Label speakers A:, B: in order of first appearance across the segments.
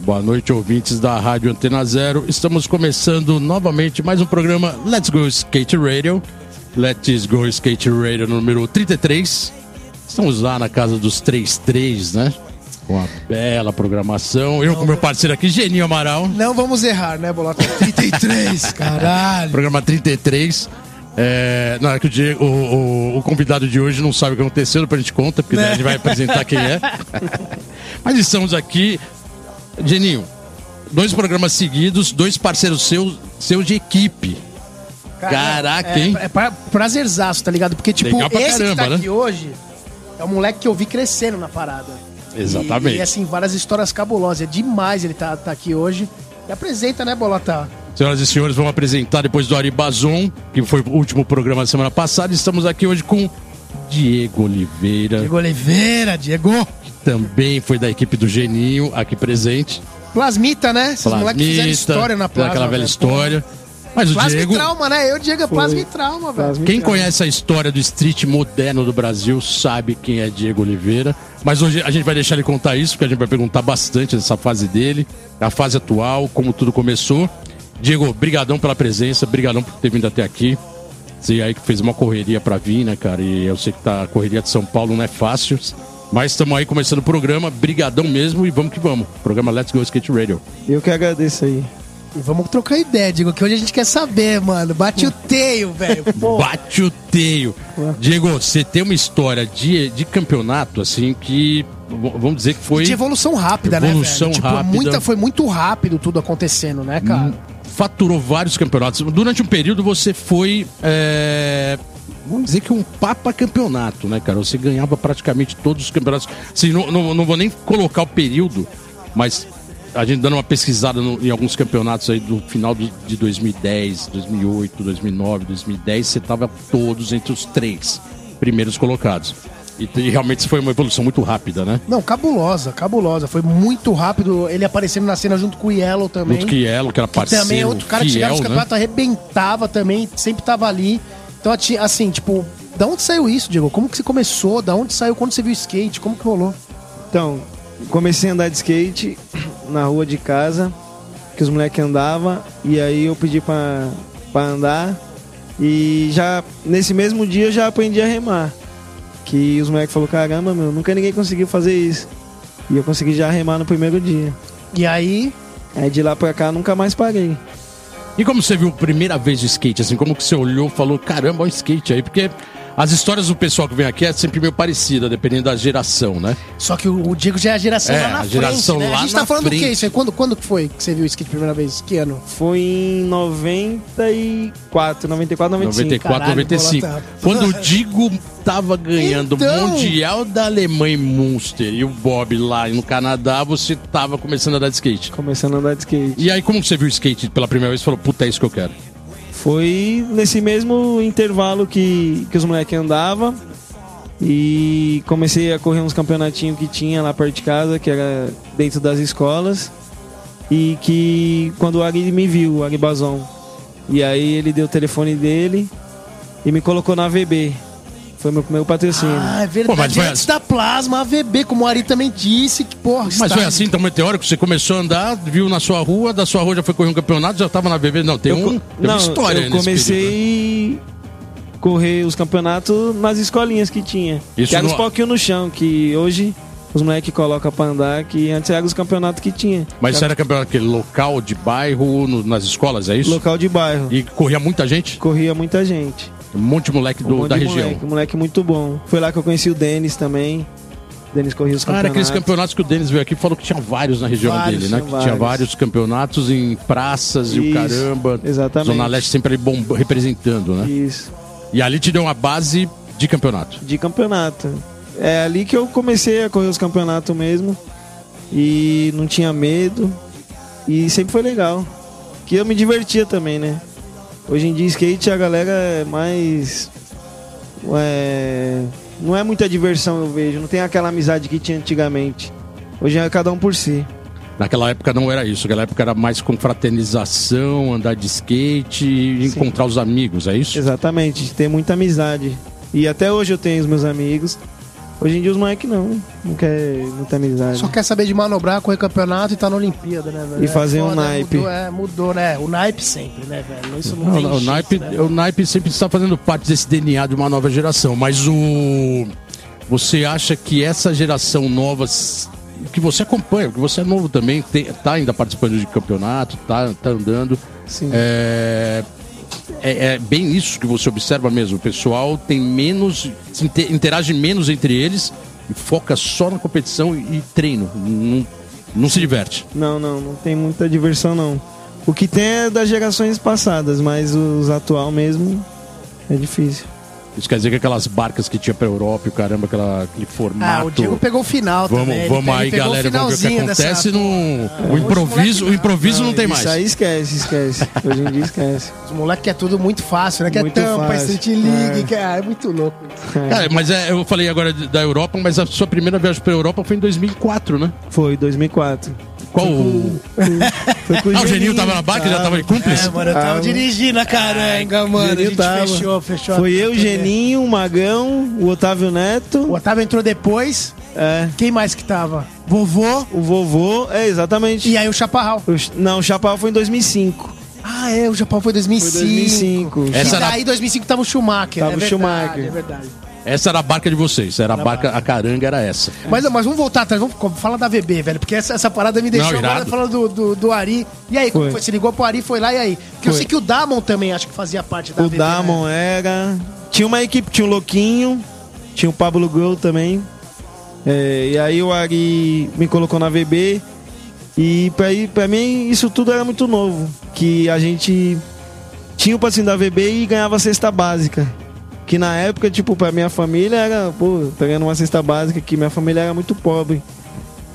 A: Boa noite, ouvintes da Rádio Antena Zero. Estamos começando novamente mais um programa Let's Go Skate Radio. Let's Go Skate Radio número 33. Estamos lá na casa dos 33, né? Com uma bela programação. Eu com meu parceiro aqui, Geninho Amaral.
B: Não vamos errar, né, Bolota? 33, caralho.
A: Programa 33. É, não, é que o, Diego- o- o- o convidado de hoje não sabe o que aconteceu, depois a gente conta, porque daí ele vai apresentar quem é. Mas estamos aqui. Geninho, dois programas seguidos, dois parceiros seus, seus de equipe. Caraca,
B: é,
A: hein?
B: É pra, prazerzaço, tá ligado? Porque, tipo,
A: Legal pra
B: esse
A: caramba,
B: que tá
A: né?
B: aqui hoje é um moleque que eu vi crescendo na parada. E, e,
A: Exatamente.
B: assim, várias histórias cabulosas. É demais ele tá, tá aqui hoje. E apresenta, né, Bolota?
A: Senhoras e senhores, vamos apresentar depois do Ari Bazon, que foi o último programa da semana passada. Estamos aqui hoje com Diego Oliveira,
B: Oliveira, Diego.
A: que também foi da equipe do Geninho, aqui presente.
B: Plasmita, né? Esses moleques fizeram
A: Plasmita,
B: história na plasma.
A: aquela velha
B: velho.
A: história. Mas o
B: Plasma
A: Diego,
B: e trauma, né? Eu, Diego, é plasma e trauma, velho.
A: quem conhece a história do street moderno do Brasil sabe quem é Diego Oliveira. Mas hoje a gente vai deixar ele contar isso, porque a gente vai perguntar bastante dessa fase dele, da fase atual, como tudo começou. Diego, brigadão pela presença, brigadão por ter vindo até aqui. Você aí que fez uma correria pra vir, né, cara? E eu sei que tá, a correria de São Paulo não é fácil. Mas estamos aí começando o programa, brigadão mesmo e vamos que vamos. Programa Let's Go Skate Radio.
C: Eu que agradeço aí.
B: E Vamos trocar ideia, Diego, que hoje a gente quer saber, mano. Bate o teio, velho. Pô.
A: Bate o teio. Diego, você tem uma história de, de campeonato, assim, que v- vamos dizer que foi
B: De evolução rápida,
A: Evolução
B: né, velho? Tipo,
A: rápida. Hum.
B: muita, foi muito rápido tudo acontecendo, né, cara?
A: faturou vários campeonatos. Durante um período você foi, é, vamos dizer que um papa campeonato, né, cara? Você ganhava praticamente todos os campeonatos. Assim, não, não, não vou nem colocar o período, mas a gente dando uma pesquisada no- em alguns campeonatos aí do final do- de 2010, 2008, 2009, 2010, você tava todos entre os três primeiros colocados. E, e realmente isso foi uma evolução muito rápida, né?
B: Não, cabulosa, cabulosa. Foi muito rápido ele aparecendo na cena junto com o Yellow também.
A: Muito Kielo, que era parceiro,
B: também é outro cara que chegava
A: fiel,
B: nos
A: né?
B: campeonatos, arrebentava também, sempre tava ali. Então, ati- assim, tipo, da onde saiu isso, Diego? Como que você começou? Da onde saiu? Quando você viu skate? Como que rolou?
C: Então, comecei a andar de skate na rua de casa, que os moleques andavam, e aí eu pedi pra, pra andar. E já nesse mesmo dia eu já aprendi a remar. Que os moleques falaram, caramba, meu, nunca ninguém conseguiu fazer isso. E eu consegui já remar no primeiro dia.
B: E aí,
C: Aí de lá pra cá nunca mais parei.
A: E como você viu a primeira vez o skate, assim, como que você olhou e falou, caramba, olha o skate aí, porque as histórias do pessoal que vem aqui é sempre meio parecida, dependendo da geração, né?
B: só que o o Diego já é a geração
A: É,
B: lá na
A: a geração
B: frente, né?
A: lá
B: A gente tá
A: na
B: falando do que
A: frente.
B: isso aí? Quando, quando que foi que você viu o skate a primeira vez? Que ano?
C: Foi em 94, 94, 95.
A: 94,
B: caralho,
A: 95.
B: bola tá-
A: Quando o Digo tava ganhando o
B: Então.
A: Mundial da Alemanha em Munster e o Bob lá no Canadá, você tava começando a andar de skate.
C: Começando a andar de skate.
A: E aí, como que você viu o skate pela primeira vez e falou, puta, é isso que eu quero?
C: Foi nesse mesmo intervalo que, que os moleques andavam. E comecei a correr uns campeonatinhos que tinha lá perto de casa, que era dentro das escolas. E que quando o Ari me viu, o Ari Bazon. E aí ele deu o telefone dele e me colocou na VB. Foi meu primeiro patrocínio.
B: Ah, é
A: Pô, mas
B: verdade.
A: foi
B: Antes
A: assim.
B: da plasma, AVB, como o Ari também disse, que porra.
A: Mas
B: estágio.
A: foi assim, então, meteórico, você começou a andar, viu na sua rua, da sua rua já foi correr um campeonato, já tava na BB. Não, tem, um,
C: co-
A: tem uma história aí
C: eu
A: nesse período, né?
C: comecei a correr os campeonatos nas escolinhas que tinha.
A: Isso
C: que era
A: no-
C: os palquinhos no chão, que hoje os moleques colocam pra andar, que antes era os campeonatos que tinha.
A: Mas
C: Que
A: isso era campeonato aquele local de bairro, no- nas escolas, é
C: era
A: isso?
C: Local de bairro.
A: E corria muita gente?
C: Corria muita gente.
A: Um monte de moleque do-
C: monte
A: da
C: de
A: região.
C: Moleque, moleque muito bom. Foi lá que eu conheci o Denis também. O Denis corria os
A: Ah, era aqueles
C: campeonatos.
A: campeonatos que o Denis veio aqui e falou que tinha vários na região
B: Vários,
A: dele, né?
C: tinha
A: Que tinha
C: vários.
A: vários campeonatos em praças e o
C: Isso,
A: caramba.
C: exatamente.
A: Zona Leste sempre ali bomba- representando, né?
C: Isso.
A: E ali te deu uma base de campeonato.
C: De campeonato. é ali que eu comecei a correr os campeonatos mesmo. E não tinha medo. E sempre foi legal. Que eu me divertia também, né? Hoje em dia, skate a galera é mais. é, não é muita diversão, eu vejo. Não tem aquela amizade que tinha antigamente. Hoje é cada um por si.
A: Naquela época não era isso, naquela época era mais confraternização, andar de skate e
C: Sim.
A: encontrar os amigos, é isso?
C: Exatamente, tem muita amizade. E até hoje eu tenho os meus amigos. Hoje em dia os moleques não, não quer muita amizade.
B: Só quer saber de manobrar, correr campeonato e tá na Olimpíada, né, velho?
C: E fazer um
B: foda,
C: naipe.
B: Mudou, é, mudou, né? O naipe sempre, né, velho? Isso não,
A: Não,
B: tem
A: não, o,
B: jeito,
A: naipe,
B: né?
A: o naipe sempre está fazendo parte desse DNA de uma nova geração, mas o. Você acha que essa geração nova, s- que você acompanha, que você é novo também, está ainda participando de campeonato, tá, tá andando.
C: Sim.
A: É, é- é bem isso que você observa mesmo. O pessoal tem menos. se inte- interage menos entre eles e foca só na competição e, e treino. Não, não se diverte.
C: Não, não, não tem muita diversão não. O que tem é das gerações passadas, mas os atual mesmo é difícil.
A: Isso quer dizer que aquelas barcas que tinha pra Europa e o caramba, aquela, aquele
B: Ah,
A: formato.
B: o Diego pegou o final
A: Vamos,
B: também. ele
A: vamos
B: pegou-
A: aí,
B: pegou o
A: galera, vamos ver o que
B: finalzinho dessa-
A: acontece no o
B: moleque
A: improviso,
B: não.
A: o improviso não, tem
C: Ah, isso
A: mais.
C: aí esquece, esquece. Hoje em dia esquece.
B: Os moleques é tudo muito fácil, né? Que é
C: Muito
B: tampa,
C: fácil.
B: street league, cara. É muito louco.
A: Cara, mas é, eu falei agora de- da Europa, mas a sua primeira viagem pra Europa foi em 2004, né?
C: Foi 2004.
A: Qual o...
C: Foi com
A: Ah, o Geninho tava na barca, já
C: Ah,
A: tava de
C: é,
A: cúmplice?
B: É, mano, eu
C: tava
B: dirigindo a caranga, mano.
C: Geninho tava. Foi eu, Geninho, o Magão, o Otávio
B: O
C: Neto.
B: Otávio entrou depois.
C: É.
B: Quem mais que tava? Vovô.
C: O vovô, é exatamente.
B: E aí o Chaparral.
C: O Ch- não, o Chaparral foi em 2005.
B: Ah, é, o Japão foi 2005.
C: Foi 2005.
A: Essa
B: e
A: era-
B: daí, em 2005, tava o Schumacher.
C: Tava
B: é
C: o
B: verdade,
C: Schumacher.
B: É verdade.
A: Essa era a barca de vocês, era a barca, a caranga era essa.
B: Mas, mas vamos voltar atrás, vamos co- falar da VB, velho, porque essa, essa parada me deixou
A: Não, irado.
B: agora falando do, do, do Ari. E aí, como
C: Foi.
B: foi? Se ligou pro Ari, foi lá e aí? Porque eu
C: Foi.
B: sei que o Damon também acho que fazia parte da
C: o
B: VB.
C: Damon
B: né?
C: era. Tinha uma equipe, tinha o Louquinho, tinha o Pablo Gol também. É, e aí o Ari me colocou na VB. E pra, ir- pra mim isso tudo era muito novo. Que a gente tinha o patrocínio da VB e ganhava cesta básica. Que na época, tipo, pra minha família era, pô, tá ganhando uma cesta básica, que minha família era muito pobre.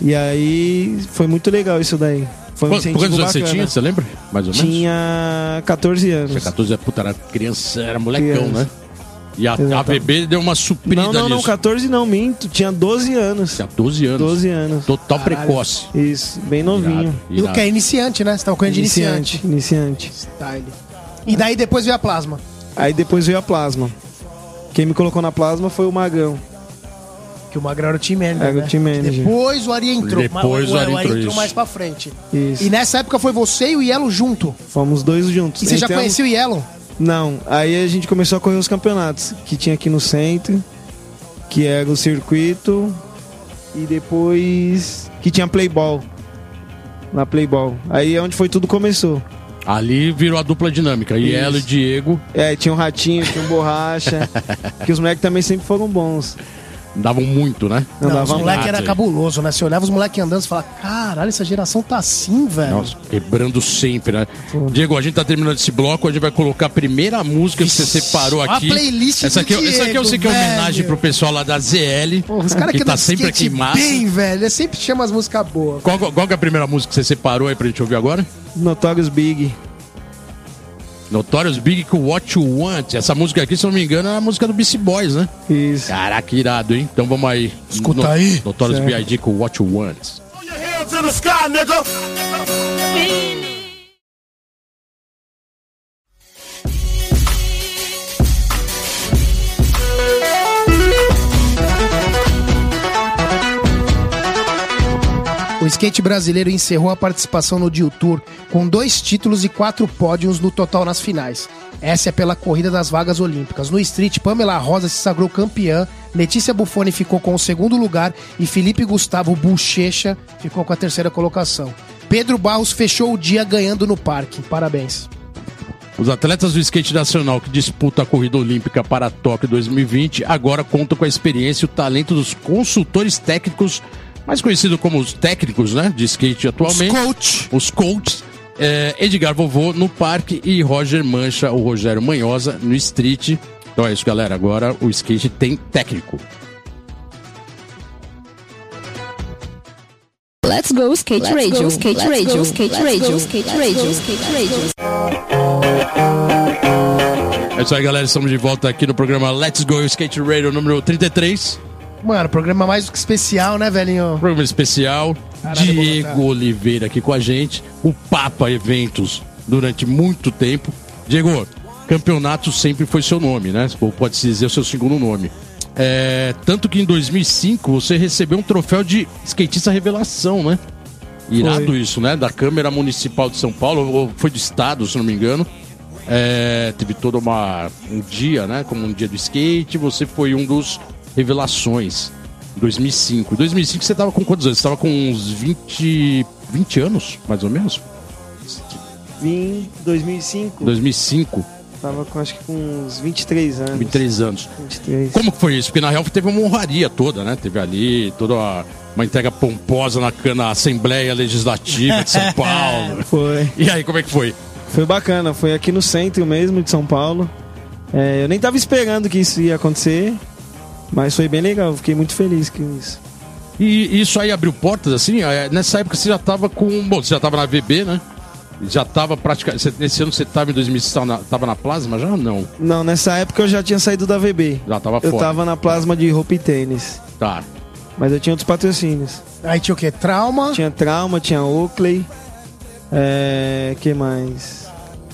C: E aí foi muito legal isso daí. Foi um
A: Quantos,
C: incentivo
A: quantos anos você
C: bacana.
A: tinha, você lembra? Mais ou menos?
C: Tinha 14 anos.
A: Tinha 14, puta, era criança, era molecão,
C: Criança.
A: né? E a, a
C: Exatamente.
A: bebê deu uma suprida
C: Não, não, não,
A: nisso.
C: 14 não, minto. Tinha 12 anos.
A: Tinha 12 anos.
C: 12 anos.
A: Total precoce.
C: Isso, bem novinho.
A: Irado,
B: E o
A: irado.
B: que é iniciante, né? Você tava correndo de iniciante.
C: Iniciante.
B: Style. E daí depois veio a plasma.
C: Aí depois veio a plasma. Quem me colocou na plasma foi o Magão.
B: Que o Magrão era o team manager.
C: Era o
B: né?
C: team manager.
B: Depois o Ari entrou.
A: Depois
B: mas
A: o Ari entrou, isso.
B: mais pra frente.
C: Isso.
B: E nessa época foi você e o Yellow junto.
C: Fomos dois juntos.
B: E você já
C: Entramos-
B: conhecia o Yellow?
C: Não, aí a gente começou a correr os campeonatos que tinha aqui no centro, que era o circuito e depois que tinha playball. Na playball. Aí é onde foi tudo começou.
A: Ali virou a dupla dinâmica. E
C: Isso.
A: ela e Diego
C: É, tinha um ratinho, tinha um borracha, que os moleques também sempre foram bons.
A: davam muito, né?
B: Não, os
C: Andava
B: moleques era
A: aí.
B: cabuloso, né? Você olhava os moleques andando e falava, caralho, essa geração tá assim, velho.
A: É. Nossa, quebrando sempre, né? Diego, a gente tá terminando esse bloco, a gente vai colocar a primeira música que você separou
B: a
A: aqui.
B: playlist
A: essa
B: do
A: aqui, essa aqui eu sei que é
B: Diego,
A: homenagem
B: velho.
A: pro pessoal lá da ZL,
B: Porra, os caras
A: que
B: que
A: tá
B: andam de
A: sempre
B: skate
A: aqui massa.
B: bem, velho. Eu sempre chama as músicas boas.
A: Qual, qual que é a primeira música que você separou aí pra gente ouvir agora?
C: Notorious Big.
A: Notorious Big com What You Want. Essa música aqui, se eu não me engano, é a música do Beastie Boys, né?
C: Isso.
A: Caraca, irado, hein? Então vamos aí.
B: Escuta aí.
A: Notorious
C: Certo.
A: B.I.D. com What You Want.
D: Hands in the sky, nigga.
B: O skate brasileiro encerrou a participação no Deal Tour com dois títulos e quatro pódios no total nas finais. Essa é pela corrida das vagas olímpicas. No street, Pamela Rosa se sagrou campeã, Letícia Buffoni ficou com o segundo lugar e Felipe Gustavo Bochecha ficou com a terceira colocação. Pedro Barros fechou o dia ganhando no parque. Parabéns.
A: Os atletas do skate nacional que disputa a corrida olímpica para Tóquio 2020 agora contam com a experiência e o talento dos consultores técnicos, mais conhecido como os técnicos, né, de skate atualmente,
B: Coach!
A: os coaches, eh, Edgar Vovô no parque e Roger Mancha, o Rogério Manhosa no street. Então é isso, galera. Agora o skate tem técnico.
E: Let's go skate radio, skate radio, skate radio, skate radio, skate radio.
A: É isso aí, galera. Estamos de volta aqui no programa Let's Go Skate Radio número 33.
B: Mano, programa mais do que especial, né, velhinho?
A: Programa especial.
B: Caralho, eu
A: Diego
B: vou
A: Oliveira aqui com a gente. O Papa Eventos durante muito tempo. Diego, campeonato sempre foi seu nome, né? Ou pode se dizer o seu segundo nome. É, tanto que em 2005 você recebeu um troféu de skatista revelação, né? Irado
C: Foi.
A: isso, né? Da Câmara Municipal de São Paulo, ou foi do Estado, se não me engano. É, teve todo uma, um dia, né? Como um dia do skate, você foi um dos revelações. 2005. Em 2005 você tava com quantos anos? Você tava com uns 20, 20 anos, mais ou menos?
C: Vim em 2005,
A: 2005,
C: tava com acho que com uns 23 anos.
A: 23 anos.
C: 23.
A: Como que foi isso? Porque na real teve uma honraria toda, né? Teve ali toda uma, uma entrega pomposa na, na Assembleia Legislativa de São Paulo.
C: Foi.
A: E aí, como é que foi?
C: Foi bacana, foi aqui no centro mesmo de São Paulo. É, eu nem tava esperando que isso ia acontecer, mas foi bem legal, fiquei muito feliz com isso.
A: E isso aí abriu portas, assim? é, Nessa época você já tava com. Bom, você já tava na VB, né? Já tava praticamente. você- Nesse ano você tava em 2006, tava na, tava na Plasma já? Não.
C: Não, nessa época eu já tinha saído da VB.
A: Já tava
C: Eu
A: fora.
C: tava na plasma de roupa e tênis,
A: Tá.
C: mas eu tinha outros patrocínios.
B: Aí tinha o quê? Trauma.
C: Tinha Trauma, tinha Oakley, é, que mais?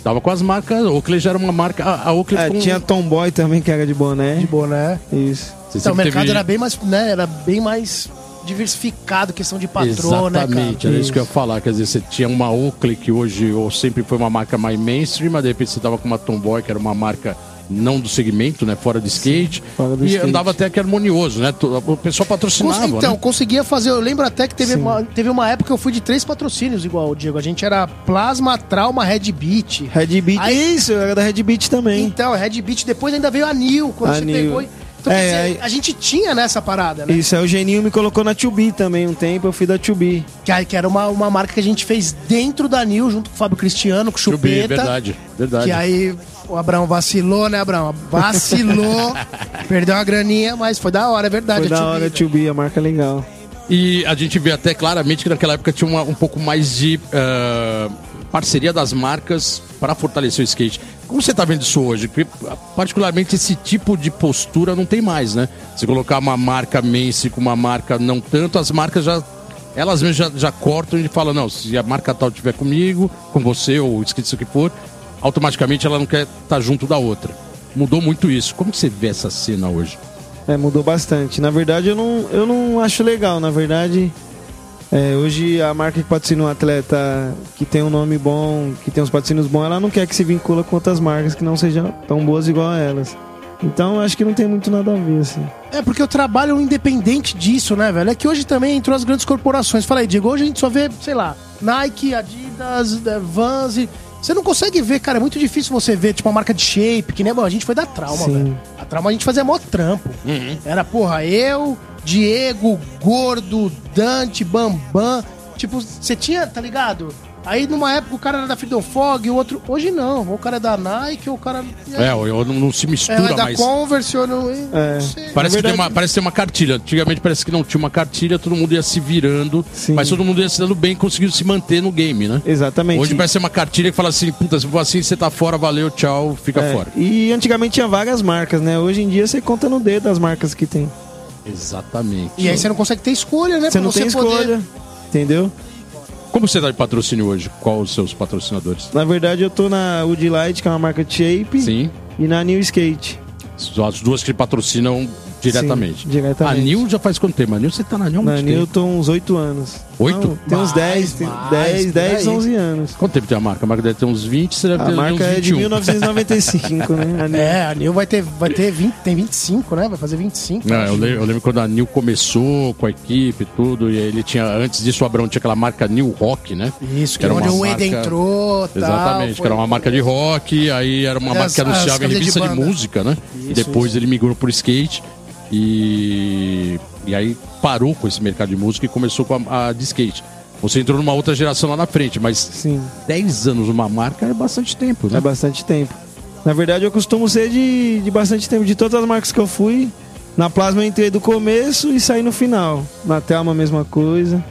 A: Tava com as marcas. A Oakley já era uma marca. A, a Oakley
C: É,
A: ficou um-
C: tinha Tomboy também, que era de boné.
B: De boné.
C: Isso.
A: Você
B: Então, o
A: sempre
B: mercado
A: teve-
B: era bem mais, né? Era bem mais diversificado, questão de patrão, né, cara?
A: Exatamente, era isso que eu ia falar. Quer dizer, você tinha uma Oakley que hoje ou sempre foi uma marca mais mainstream, mas de repente você tava com uma Tomboy, que era uma marca não do segmento, né? Fora do skate.
C: fora do
A: e
C: skate.
A: andava até que harmonioso, né? to- O pessoal patrocinava,
B: Cons- Então,
A: né?
B: conseguia fazer. Eu lembro até que teve
C: Sim.
B: uma, teve uma época que eu fui de três patrocínios, igual o Diego. A gente era Plasma, Trauma, Red Beat.
C: Red Beat.
B: Aí-
C: Ah, Isso, eu era da Red Beat também.
B: Então, Red Beat, depois ainda veio a Nil, quando
C: A
B: você
C: Nil.
B: pegou. e- Então,
C: É,
B: quer dizer,
C: aí-
B: a gente tinha nessa parada, né?
C: Isso, aí o Geninho me colocou na 2B também um tempo, eu fui da 2B.
B: Que, que era uma, uma marca que a gente fez dentro da Nil, junto com o Fábio Cristiano, com o
A: Chubê,
B: Chupeta.
A: é verdade, verdade.
B: Que aí o Abraão vacilou, né, Abraão? Vacilou, perdeu a graninha, mas foi da hora, é verdade.
C: Foi
B: a
C: Ah, da
B: Tio
C: hora
B: Bida.
C: 2B, a marca é legal.
A: E a gente vê até claramente que naquela época tinha uma- um pouco mais de ah, parceria das marcas para fortalecer o skate. Como você tá vendo isso hoje? Porque, particularmente esse tipo de postura não tem mais, né? Se colocar uma marca Mense com uma marca não tanto, as marcas já. Elas mesmas já, já cortam e falam, não, se a marca tal tiver comigo, com você, ou esquece o que for, automaticamente ela não quer estar junto da outra. Mudou muito isso. Como que você vê essa cena hoje?
C: É, mudou bastante. Na verdade, eu não, eu não acho legal. Na verdade, é, hoje a marca que patrocina um atleta que tem um nome bom, que tem uns patrocínios bons, ela não quer que se vincula com outras marcas que não sejam tão boas igual a elas. Então, eu acho que não tem muito nada a ver, assim.
B: É porque o trabalho independente disso, né, velho? É que hoje também entrou as grandes corporações. Fala aí, Diego, hoje a gente só vê, sei lá, Nike, Adidas, eh, Vans. e- Você não consegue ver, cara. É muito difícil você ver, tipo, uma marca de shape, que nem bom, a gente foi da trauma,
C: Sim.
B: velho. A trauma a gente fazia mó trampo. Era, porra, eu, Diego, Gordo, Dante, Bambam. Tipo, você tinha, tá ligado? Aí numa época o cara era da Freedom Fog, o outro. Hoje não. Ou o cara é da Nike, ou o cara.
A: É, eu, eu não, não se mistura
B: é da
A: mais.
B: Converse, ou não.
C: É.
B: não
A: Parece,
B: sei.
A: que
C: Na
A: tem
C: verdade-
A: uma, parece que tem uma cartilha. Antigamente parece que não tinha uma cartilha, todo mundo ia se virando,
C: Sim.
A: mas todo mundo ia se dando bem, conseguindo se manter no game, né?
C: Exatamente.
A: Hoje parece ser uma cartilha que fala assim, puta, se for assim, você tá fora, valeu, tchau, fica
C: É,
A: fora.
C: E antigamente tinha várias marcas, né? Hoje em dia você conta no dedo as marcas que tem.
A: Exatamente.
B: E aí você não consegue ter escolha, né?
C: Você
B: Pra
C: não tem
B: poder-
C: escolha, entendeu?
A: Como você tá de patrocínio hoje? Qual os seus patrocinadores?
C: Na verdade, eu tô na Wood Light, que é uma marca de shape,
A: Sim.
C: e na New Skate.
A: As duas que patrocinam diretamente.
C: Sim, diretamente.
A: A Nil já faz quanto tempo? A Nil você tá na Nil há
C: Na
A: muito tempo.
C: Newton, uns 8 anos.
A: Oito?
C: Não, tem uns 10, tem
B: mais,
C: 10,
B: por aí.
C: 10, 11 anos.
A: Quanto tempo tem a marca? A marca deve ter uns 20, você deve
C: A
A: ter
C: marca
A: uns
C: é de
A: 21.
C: 1995, né? A Nil-
B: É, a Nil vai ter, vai ter 20, tem 25, né? Vai fazer 25.
A: Não, eu, le- eu lembro, quando a Nil começou com a equipe e tudo, e aí ele tinha, antes disso, o Abrão tinha aquela marca New Rock, né?
B: Isso, que é
A: Era
B: onde
A: uma
B: o Eden
A: marca-
B: entrou, tal,
A: Exatamente,
B: Uhum. foi-
A: que era uma marca de rock, aí era uma
B: As-
A: marca que
B: as
A: anunciava em
B: camisas de
A: revista de,
B: banda.
A: música, né?
B: Isso,
A: Depois ele migrou pro skate e, e aí parou com esse mercado de música e começou com a, a de skate. Você entrou numa outra geração lá na frente, mas
C: Sim,
A: 10 anos uma marca é bastante tempo,
C: há
A: né?
C: bastante tempo. Na verdade, eu costumo ser de, de bastante tempo. De todas as marcas que eu fui, na Plasma eu entrei do começo e saí no final. Na Thelma, a mesma coisa.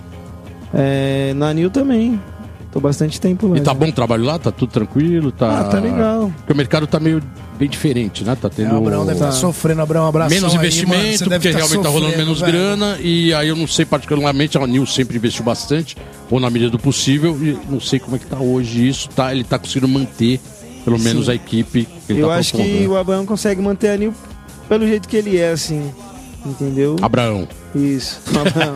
C: É, na Nil também. Tô bastante tempo lá.
A: E tá
C: já.
A: bom o trabalho lá? Tá tudo tranquilo? Tá...
C: Ah, tá legal.
A: Porque o mercado tá meio bem diferente, né? Tá
B: É,
A: tendo
B: o Abrão deve estar sofrendo, Abrão, um abraço.
A: menos
B: aí,
A: investimento,
B: mano. Você deve
A: porque
B: tá
A: realmente tá rolando
B: sofrendo,
A: menos
B: velho.
A: grana. E aí eu não sei, particularmente, a Nil sempre investiu bastante, ou na medida do possível, e não sei como é que tá hoje isso, tá? Ele tá conseguindo manter, pelo menos, a equipe que ele
C: Eu
A: tá
C: acho que
A: propondo, né?
C: o Abraão consegue manter a Nil pelo jeito que ele é, assim. Entendeu?
A: Abraão.
C: Isso. Abraão.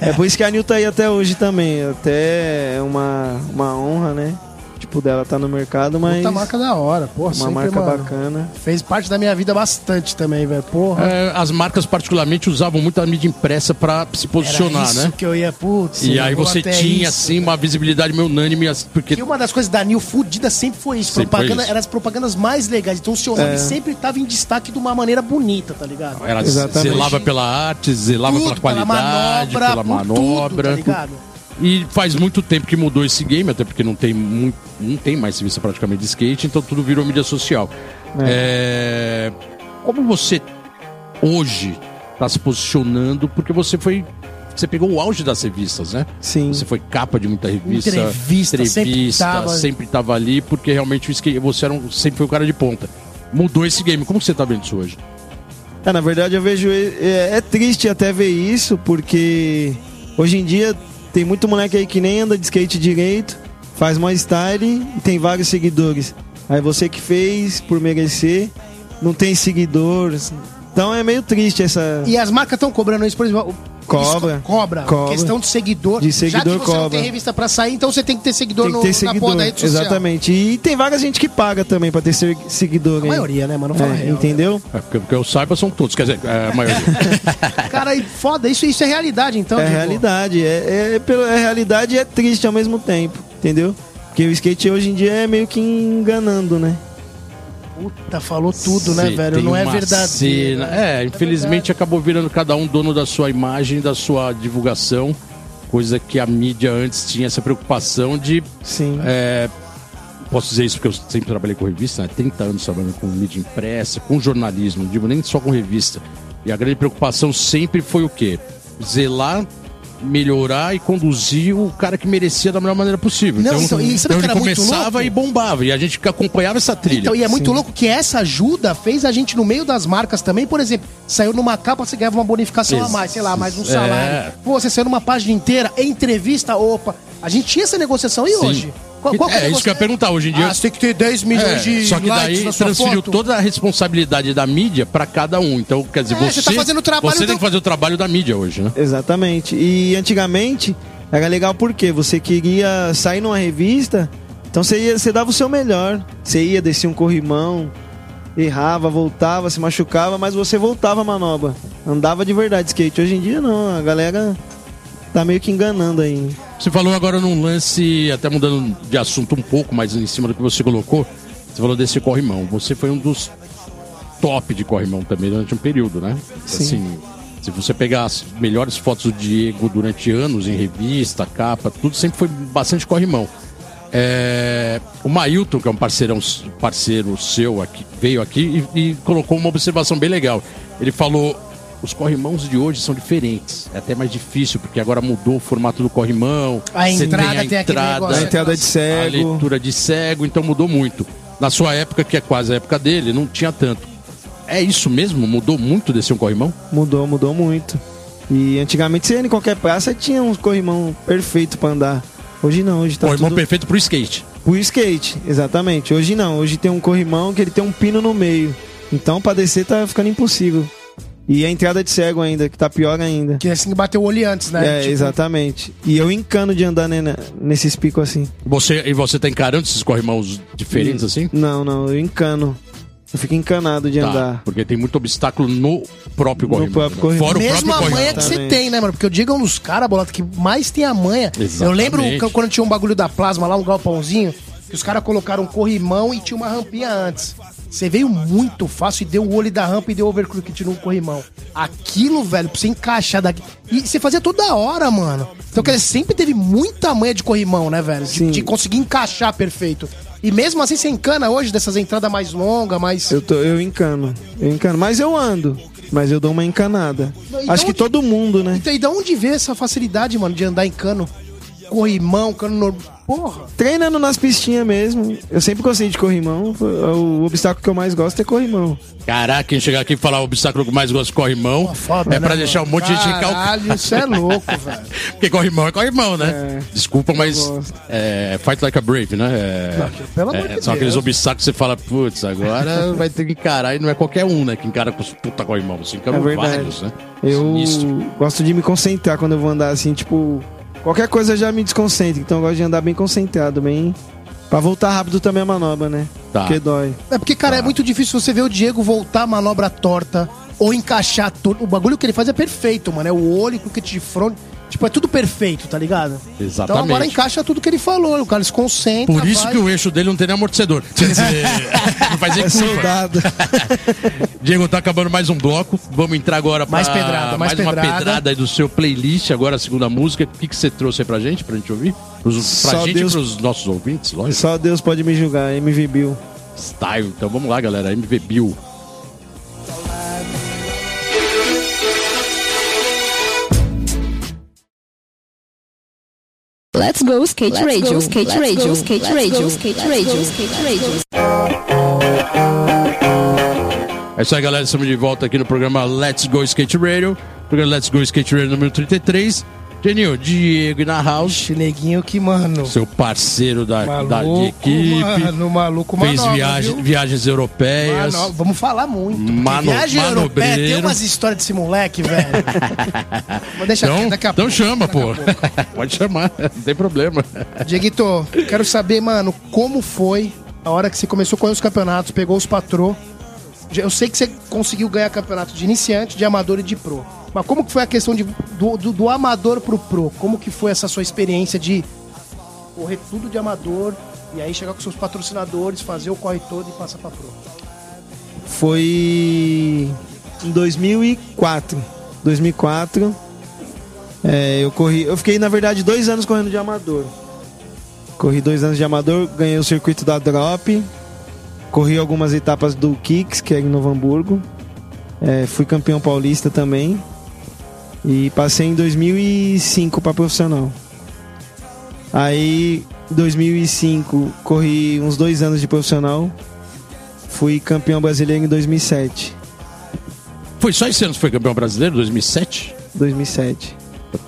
C: é por isso que a Nil tá aí até hoje também. Até é uma, uma honra, né? Tipo, dela tá no mercado, mas.
B: Puta marca da hora, porra.
C: uma
B: sempre,
C: marca
B: mano,
C: bacana.
B: Fez parte da minha vida bastante também, velho. Porra.
A: É, as marcas, particularmente, usavam muito a mídia impressa pra se posicionar,
B: Era isso
A: né?
B: que eu ia, putz.
A: E
B: eu
A: aí
B: vou
A: você
B: até
A: tinha,
B: isso.
A: assim, uma visibilidade meio unânime, assim, porque
B: E uma das coisas da Nil fudida sempre foi isso.
A: Sempre foi
B: propaganda,
A: isso.
B: Eram as propagandas mais legais. Então o seu
C: É.
B: nome sempre tava em destaque de uma maneira bonita, tá ligado?
A: Ela
C: Exatamente.
A: zelava pela arte, zelava
B: Tudo,
A: pela qualidade, pela
B: por
A: manobra.
B: Tudo, tá ligado?
A: e faz muito tempo que mudou esse game, até porque não tem, muito, não tem mais serviço praticamente de skate, então tudo virou mídia social. É, Como você hoje está se posicionando? Porque você foi. Você pegou o auge das revistas, né?
C: Sim.
A: Você foi capa de muita revista.
B: Entrevista, sempre tava.
A: sempre tava ali, porque realmente o skate, você era um- sempre foi o cara de ponta. Mudou esse game. Como você tá vendo isso hoje?
C: É, na verdade, eu vejo. É, é triste até ver isso, porque hoje em dia tem muito moleque aí que nem anda de skate direito, faz mó style e tem vários seguidores. Aí você que fez por merecer, não tem seguidores. Então é meio triste essa.
B: E as marcas estão cobrando isso, por exemplo. o-
C: Cobra.
B: isso co- cobra.
C: Cobra.
B: Questão de seguidor.
C: De
B: Já que você
C: seguidor,
B: não
C: cobra.
B: tem revista pra sair, então você tem que ter seguidor,
C: Tem que
B: no,
C: ter
B: na
C: seguidor.
B: porra da rede social.
C: Exatamente. E tem várias gente que paga também pra ter ser- seguidor.
B: A
C: aí.
B: maioria, né, mano? Não fala
C: É,
B: real, né?
C: entendeu?
A: É, porque, porque eu saiba são todos, quer dizer, é, a maioria.
B: Cara, e foda, isso, isso é realidade, então.
C: É
B: Diego.
C: realidade, é, é, pelo- é realidade e é triste ao mesmo tempo, entendeu? Porque o skate hoje em dia é meio que enganando, né?
B: Puta, falou tudo, né,
A: Sim,
B: velho?
A: tem
B: Não é
A: uma
B: verdadeiro.
A: cena- É, infelizmente acabou virando cada um dono da sua imagem, da sua divulgação. Coisa que a mídia antes tinha essa preocupação de.
C: Sim.
A: é, posso dizer isso porque eu sempre trabalhei com revista, né? 30 anos trabalhando com mídia impressa, com jornalismo, não digo nem só com revista. E a grande preocupação sempre foi o quê? Zelar, melhorar e conduzir o cara que merecia da melhor maneira possível.
B: Não,
A: então,
B: então, e
A: então
B: sabe o que
A: ele
B: era muito
A: começava
B: louco?
A: e bombava. E a gente que acompanhava essa trilha.
B: Então, e é muito louco que essa ajuda fez a gente no meio das marcas também, por exemplo, saiu numa capa, você ganhava uma bonificação a
A: Ex-
B: mais, sei lá, mais um
A: é.
B: salário. Pô, você saiu numa página inteira, entrevista, opa. A gente tinha essa negociação e
A: Sim.
B: hoje? Qual, qual
A: é, isso que eu ia perguntar hoje em dia.
B: Ah, você tem que ter 10 milhões
A: É,
B: de
A: só que
B: likes
A: daí
B: na sua
A: transferiu
B: foto.
A: toda a responsabilidade da mídia pra cada um. Então, quer dizer,
B: É,
A: você,
B: você tá fazendo o trabalho
A: você
B: do-
A: tem que fazer o trabalho da mídia hoje, né?
C: Exatamente. E antigamente era legal porque você queria sair numa revista, então você, ia, você dava o seu melhor. Você ia, descia um corrimão, errava, voltava, se machucava, mas você voltava a manobra. Andava de verdade de skate. Hoje em dia não, a galera tá meio que enganando aí.
A: Você falou agora num lance, até mudando de assunto um pouco, mas em cima do que você colocou, você falou desse corrimão. Você foi um dos top de corrimão também durante um período, né?
C: Sim.
A: Assim, se você pegar as melhores fotos do Diego durante anos em revista, capa, tudo sempre foi bastante corrimão. É, o Mailton, que é um parceirão, parceiro seu aqui, veio aqui e, e colocou uma observação bem legal. Ele falou: os corrimãos de hoje são diferentes, é até mais difícil porque agora mudou o formato do corrimão.
B: A
A: você
B: entrada tem aquele negócio,
C: A entrada de
A: a
C: cego.
A: leitura de cego, então mudou muito. Na sua época, que é quase a época dele, não tinha tanto. É isso mesmo? Mudou muito desse um corrimão?
C: Mudou, mudou muito. E antigamente você ia em qualquer praça tinha um corrimão perfeito pra andar. Hoje não, hoje tá
A: corrimão
C: tudo...
A: perfeito pro skate.
C: O skate, exatamente. Hoje não, hoje tem um corrimão que ele tem um pino no meio. Então pra descer tá ficando impossível. E a entrada de cego ainda, que tá pior
A: É.
C: ainda.
B: Que assim que bateu o olho antes, né?
C: é,
B: Tipo,
C: exatamente. E eu encano de andar né, na- nesses picos assim.
A: Você, e você tá encarando esses corrimãos diferentes assim?
C: Não, não, eu encano. Eu fico encanado de
A: Tá,
C: andar.
A: porque tem muito obstáculo no próprio
C: No
A: corrimão.
C: próprio
A: né?
C: corrimão.
A: Fora o
B: Mesmo
A: próprio
B: a manha
A: corrimão.
B: que você
C: Exatamente.
B: tem, né, mano? Porque o Diego é um dos caras, bolota, que mais tem a manha. Eu
A: Exatamente.
B: lembro que- quando tinha um bagulho da plasma lá, um galpãozinho, que os caras colocaram um corrimão e tinha uma rampinha antes. Você veio muito fácil e deu o olho da rampa e deu overcrooked no corrimão. Aquilo, velho, pra você encaixar daqui. E você fazia toda hora, mano. Então, quer dizer, sempre teve muita manha de corrimão, né, velho? De,
C: Sim.
B: de conseguir encaixar perfeito. E mesmo assim, você encana hoje dessas entradas mais longas, mais.
C: Eu, tô, eu encano. Eu encano. Mas eu ando. Mas eu dou uma encanada.
B: Não, e
C: Acho
B: de
C: que todo mundo, né?
B: Então, e da onde vê essa facilidade, mano, de andar em cano? Corrimão, cano normal. Porra.
C: Treinando nas pistinhas mesmo. Eu sempre gostei de corrimão. O obstáculo que eu mais gosto é corrimão.
A: Caraca, quem chegar aqui e falar o obstáculo que mais gosta corre mão,
B: Pô, foda,
A: é pra
B: né,
A: deixar um
B: mano?
A: monte de gente calcar.
B: Caralho, você é louco, velho.
A: Porque corrimão é corrimão, né?
C: É.
A: Desculpa, mas
C: gosto.
A: é, fight like a brave, né? É,
B: Não, pelo amor
A: é,
B: de
A: são aqueles
B: Deus.
A: obstáculos que você fala, putz, agora vai ter que encarar. E não é qualquer um, né? Que encara com os puta corrimão. assim, Você encara
C: É verdade.
A: vários, né?
C: Eu
A: Sinistro.
C: gosto de me concentrar quando eu vou andar assim, tipo, qualquer coisa já me desconcentra, então eu gosto de andar bem concentrado, bem. Pra voltar rápido também a manobra, né?
A: Tá.
C: Porque dói.
B: É porque, cara, é muito difícil você ver o Diego voltar a manobra torta ou encaixar tudo. O bagulho que ele faz é perfeito, mano. É o olho, o kit de front. Tipo, é tudo perfeito, tá ligado? Então
A: Exatamente.
B: agora encaixa tudo que ele falou. O cara se concentra.
A: Por isso
B: vai.
A: que o eixo dele não tem nem amortecedor. Quer dizer, não faz nem
C: É
A: curva.
C: soldado.
A: Diego, tá acabando mais um bloco. Vamos entrar agora pra
B: Mais pedrada, mais
A: uma
B: pedrada.
A: pedrada aí do seu playlist. Agora a segunda música. O que, que você trouxe aí pra gente, pra gente ouvir? Pros, pra
C: Só
A: gente
C: Deus-
A: e pros nossos ouvintes, lógico.
C: Só Deus pode me julgar, MV Bill.
A: Style. Então vamos lá, galera. MV Bill.
E: Let's go skate radio, skate radio, skate radio, skate radio, skate radio.
A: É isso aí, galera. Estamos de volta aqui no programa Let's Go Skate Radio. Programa Let's Go Skate Radio número 33. Genil, Diego e na house.
B: Neguinho que, mano.
A: Seu parceiro da, da
B: Maluco,
A: equipe.
B: mano, maluco,
A: fez
B: manobra,
A: viagem-
B: viu?
A: viagens europeias.
B: Mano, vamos falar muito. porque
A: Mano-
B: viagem europeia tem
A: manobreiro.
B: umas histórias desse moleque, velho. Mas deixa
A: Então,
B: quieto, daqui a
A: então
B: pouco.
A: chama,
B: daqui a
A: pô.
B: pouco.
A: Pode chamar, não tem problema.
B: Dieguito, quero saber, mano, como foi a hora que você começou a correr os campeonatos, pegou os patrô. Eu sei que você conseguiu ganhar campeonato de iniciante, de amador e de pro. Mas como que foi a questão de- do, do, do amador pro pro? Como que foi essa sua experiência de correr tudo de amador e aí chegar com seus patrocinadores, fazer o corre todo e passar pra pro?
C: Foi em 2004. 2004. é, eu corri. Eu fiquei, na verdade, dois anos correndo de amador. Corri dois anos de amador, ganhei o circuito da Drop. Corri algumas etapas do Kicks, que é em Novo Hamburgo. é, fui campeão paulista também. E passei em 2005 para profissional. Aí, em 2005, corri uns dois anos de profissional. Fui campeão brasileiro em 2007.
A: Foi só esse ano que foi campeão brasileiro, 2007?
C: 2007.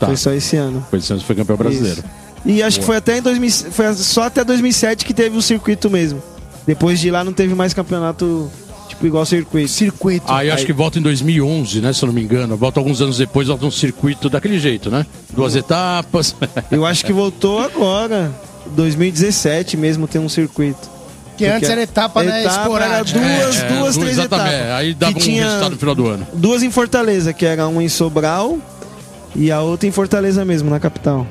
A: Tá,
C: Foi só esse ano.
A: foi esse ano que foi campeão brasileiro.
C: Isso. E acho
A: Boa.
C: que foi até em 2000, foi só até 2007 que teve o circuito mesmo. Depois de lá não teve mais campeonato tipo igual circuito.
B: Circuito.
A: Aí acho que volta em 2011, né, se eu não me engano. Volta alguns anos depois, volta um circuito daquele jeito, né?
C: Hum.
A: Duas etapas.
C: Eu acho que voltou agora, 2017 mesmo tem um circuito.
B: Porque antes era etapa, né?
C: Etapa era
B: esporádica.
C: duas- duas, três
A: É, exatamente.
C: etapas.
A: Aí dava
C: Que
A: um
C: tinha-
A: resultado no final do ano.
C: Duas em Fortaleza, que era uma em Sobral e a outra em Fortaleza mesmo, na capital.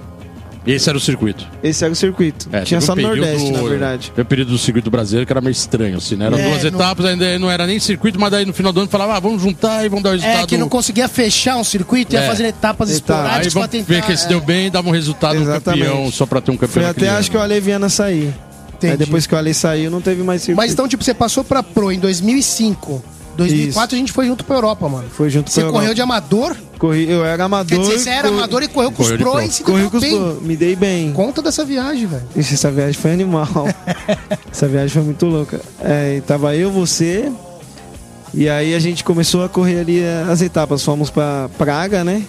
A: E esse era o circuito.
C: Esse era o circuito.
A: É,
C: tinha
A: teve
C: só
A: um
C: no
A: período-
C: Nordeste, na verdade.
A: Teve um período do circuito brasileiro que era meio estranho, assim, né? Eram
B: É,
A: duas
B: não-
A: etapas, ainda não era nem circuito, mas daí no final do ano falava, ah, vamos juntar e vamos dar o resultado.
B: É, que não conseguia fechar um circuito, ia
A: É.
B: fazer etapas
C: Etapa.
A: Aí
B: esporádicas pra
A: vamos
B: tentar.
A: ver que se
B: é,
A: deu bem, dava um resultado um
C: Exatamente.
A: campeão, só pra ter um campeão.
C: Foi até
A: naquele
C: acho
A: ano.
C: que o Aleviana sair.
B: Entendi.
C: Aí depois que o Ale saiu, não teve mais circuito.
B: Mas então, tipo, você passou pra Pro em 2005. 2004
C: Isso.
B: a gente foi junto pra Europa, mano.
C: Foi junto
B: Você
C: pra
B: correu
C: Europa.
B: de amador?
C: Corri, eu era
B: Quer
C: amador.
B: dizer, você era
C: corri-
B: amador e correu com os
A: Correu de
B: Pro
A: Pro.
B: e se
C: Corri
B: deu
C: com os
B: bem.
C: dois, me dei bem.
B: Conta dessa viagem, velho.
C: Ixi, essa viagem foi animal. essa viagem foi muito louca. É, e tava eu, você. E aí a gente começou a correr ali as etapas. Fomos pra Praga, né?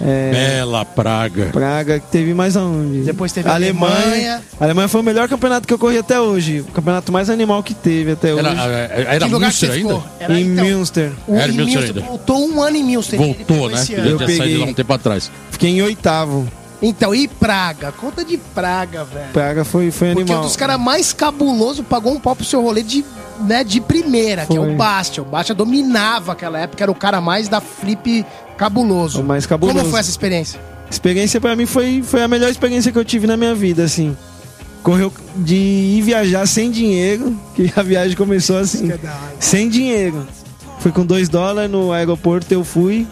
C: É,
A: Bela Praga.
C: Praga, que teve mais aonde?
B: Depois teve a Alemanha.
C: A Alemanha foi o melhor campeonato que eu corri até hoje. O campeonato mais animal que teve até hoje.
A: Era, eh, era, era
B: que lugar
A: Münster
B: que você
A: ainda?
B: ficou? Era,
C: em
B: então,
C: Münster.
B: o-
A: Era
B: em
A: Milton
B: Milton.
A: ainda.
B: Voltou um ano em Milton. ele
A: Voltou,
B: pegou
A: né?
B: esse
A: Ele
B: ano.
A: já
C: Eu
A: tinha saído de lá
C: peguei.
A: um tempo atrás.
C: Fiquei em oitavo.
B: Então, e Praga? Conta de Praga, velho.
C: Praga foi, foi
B: Porque
C: animal.
B: um dos caras mais cabuloso pagou um pau pro seu rolê de, né, de primeira, que é
C: Foi.
B: o Bastia. O Bastia dominava aquela época, era o cara mais da flip cabuloso.
C: O mais cabuloso.
B: Como foi essa experiência?
C: Experiência pra mim foi, foi a melhor experiência que eu tive na minha vida, assim. Correu de ir viajar sem dinheiro, que a viagem começou assim, sem dinheiro. Fui com dois dólares no aeroporto, eu fui,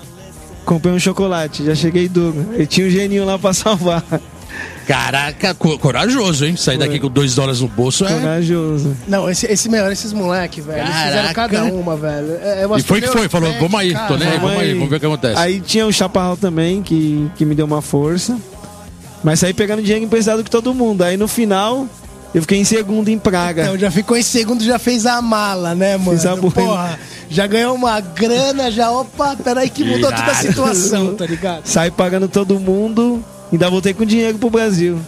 C: comprei um chocolate, já cheguei duro. Eu tinha um geninho lá pra salvar.
A: Caraca, co- corajoso, hein? Sair daqui com 2 dólares no bolso
C: né?
A: é.
C: Corajoso.
B: Não, esse, esse meu, esses moleque, velho. Eles fizeram
A: Caraca.
B: cada uma, velho. É, eu
A: E foi que
B: acho
A: foi,
B: meu
A: falou,
B: pé,
A: vamos aí, tô
B: cara.
A: nem aí, vamos aí, vamos ver o que acontece.
C: Aí tinha o Chaparral também, que, que me deu uma força. Mas saí pegando dinheiro emprestado com todo mundo. Aí no final, eu fiquei em segundo em Praga.
B: Então, já ficou em segundo, já fez a mala, né, mano?
C: Fiz a boina.
B: Porra, já ganhou uma grana, já, opa, peraí que mudou toda a
A: Irado.
B: situação, tá ligado?
C: Saí pagando todo mundo, ainda voltei com dinheiro pro Brasil.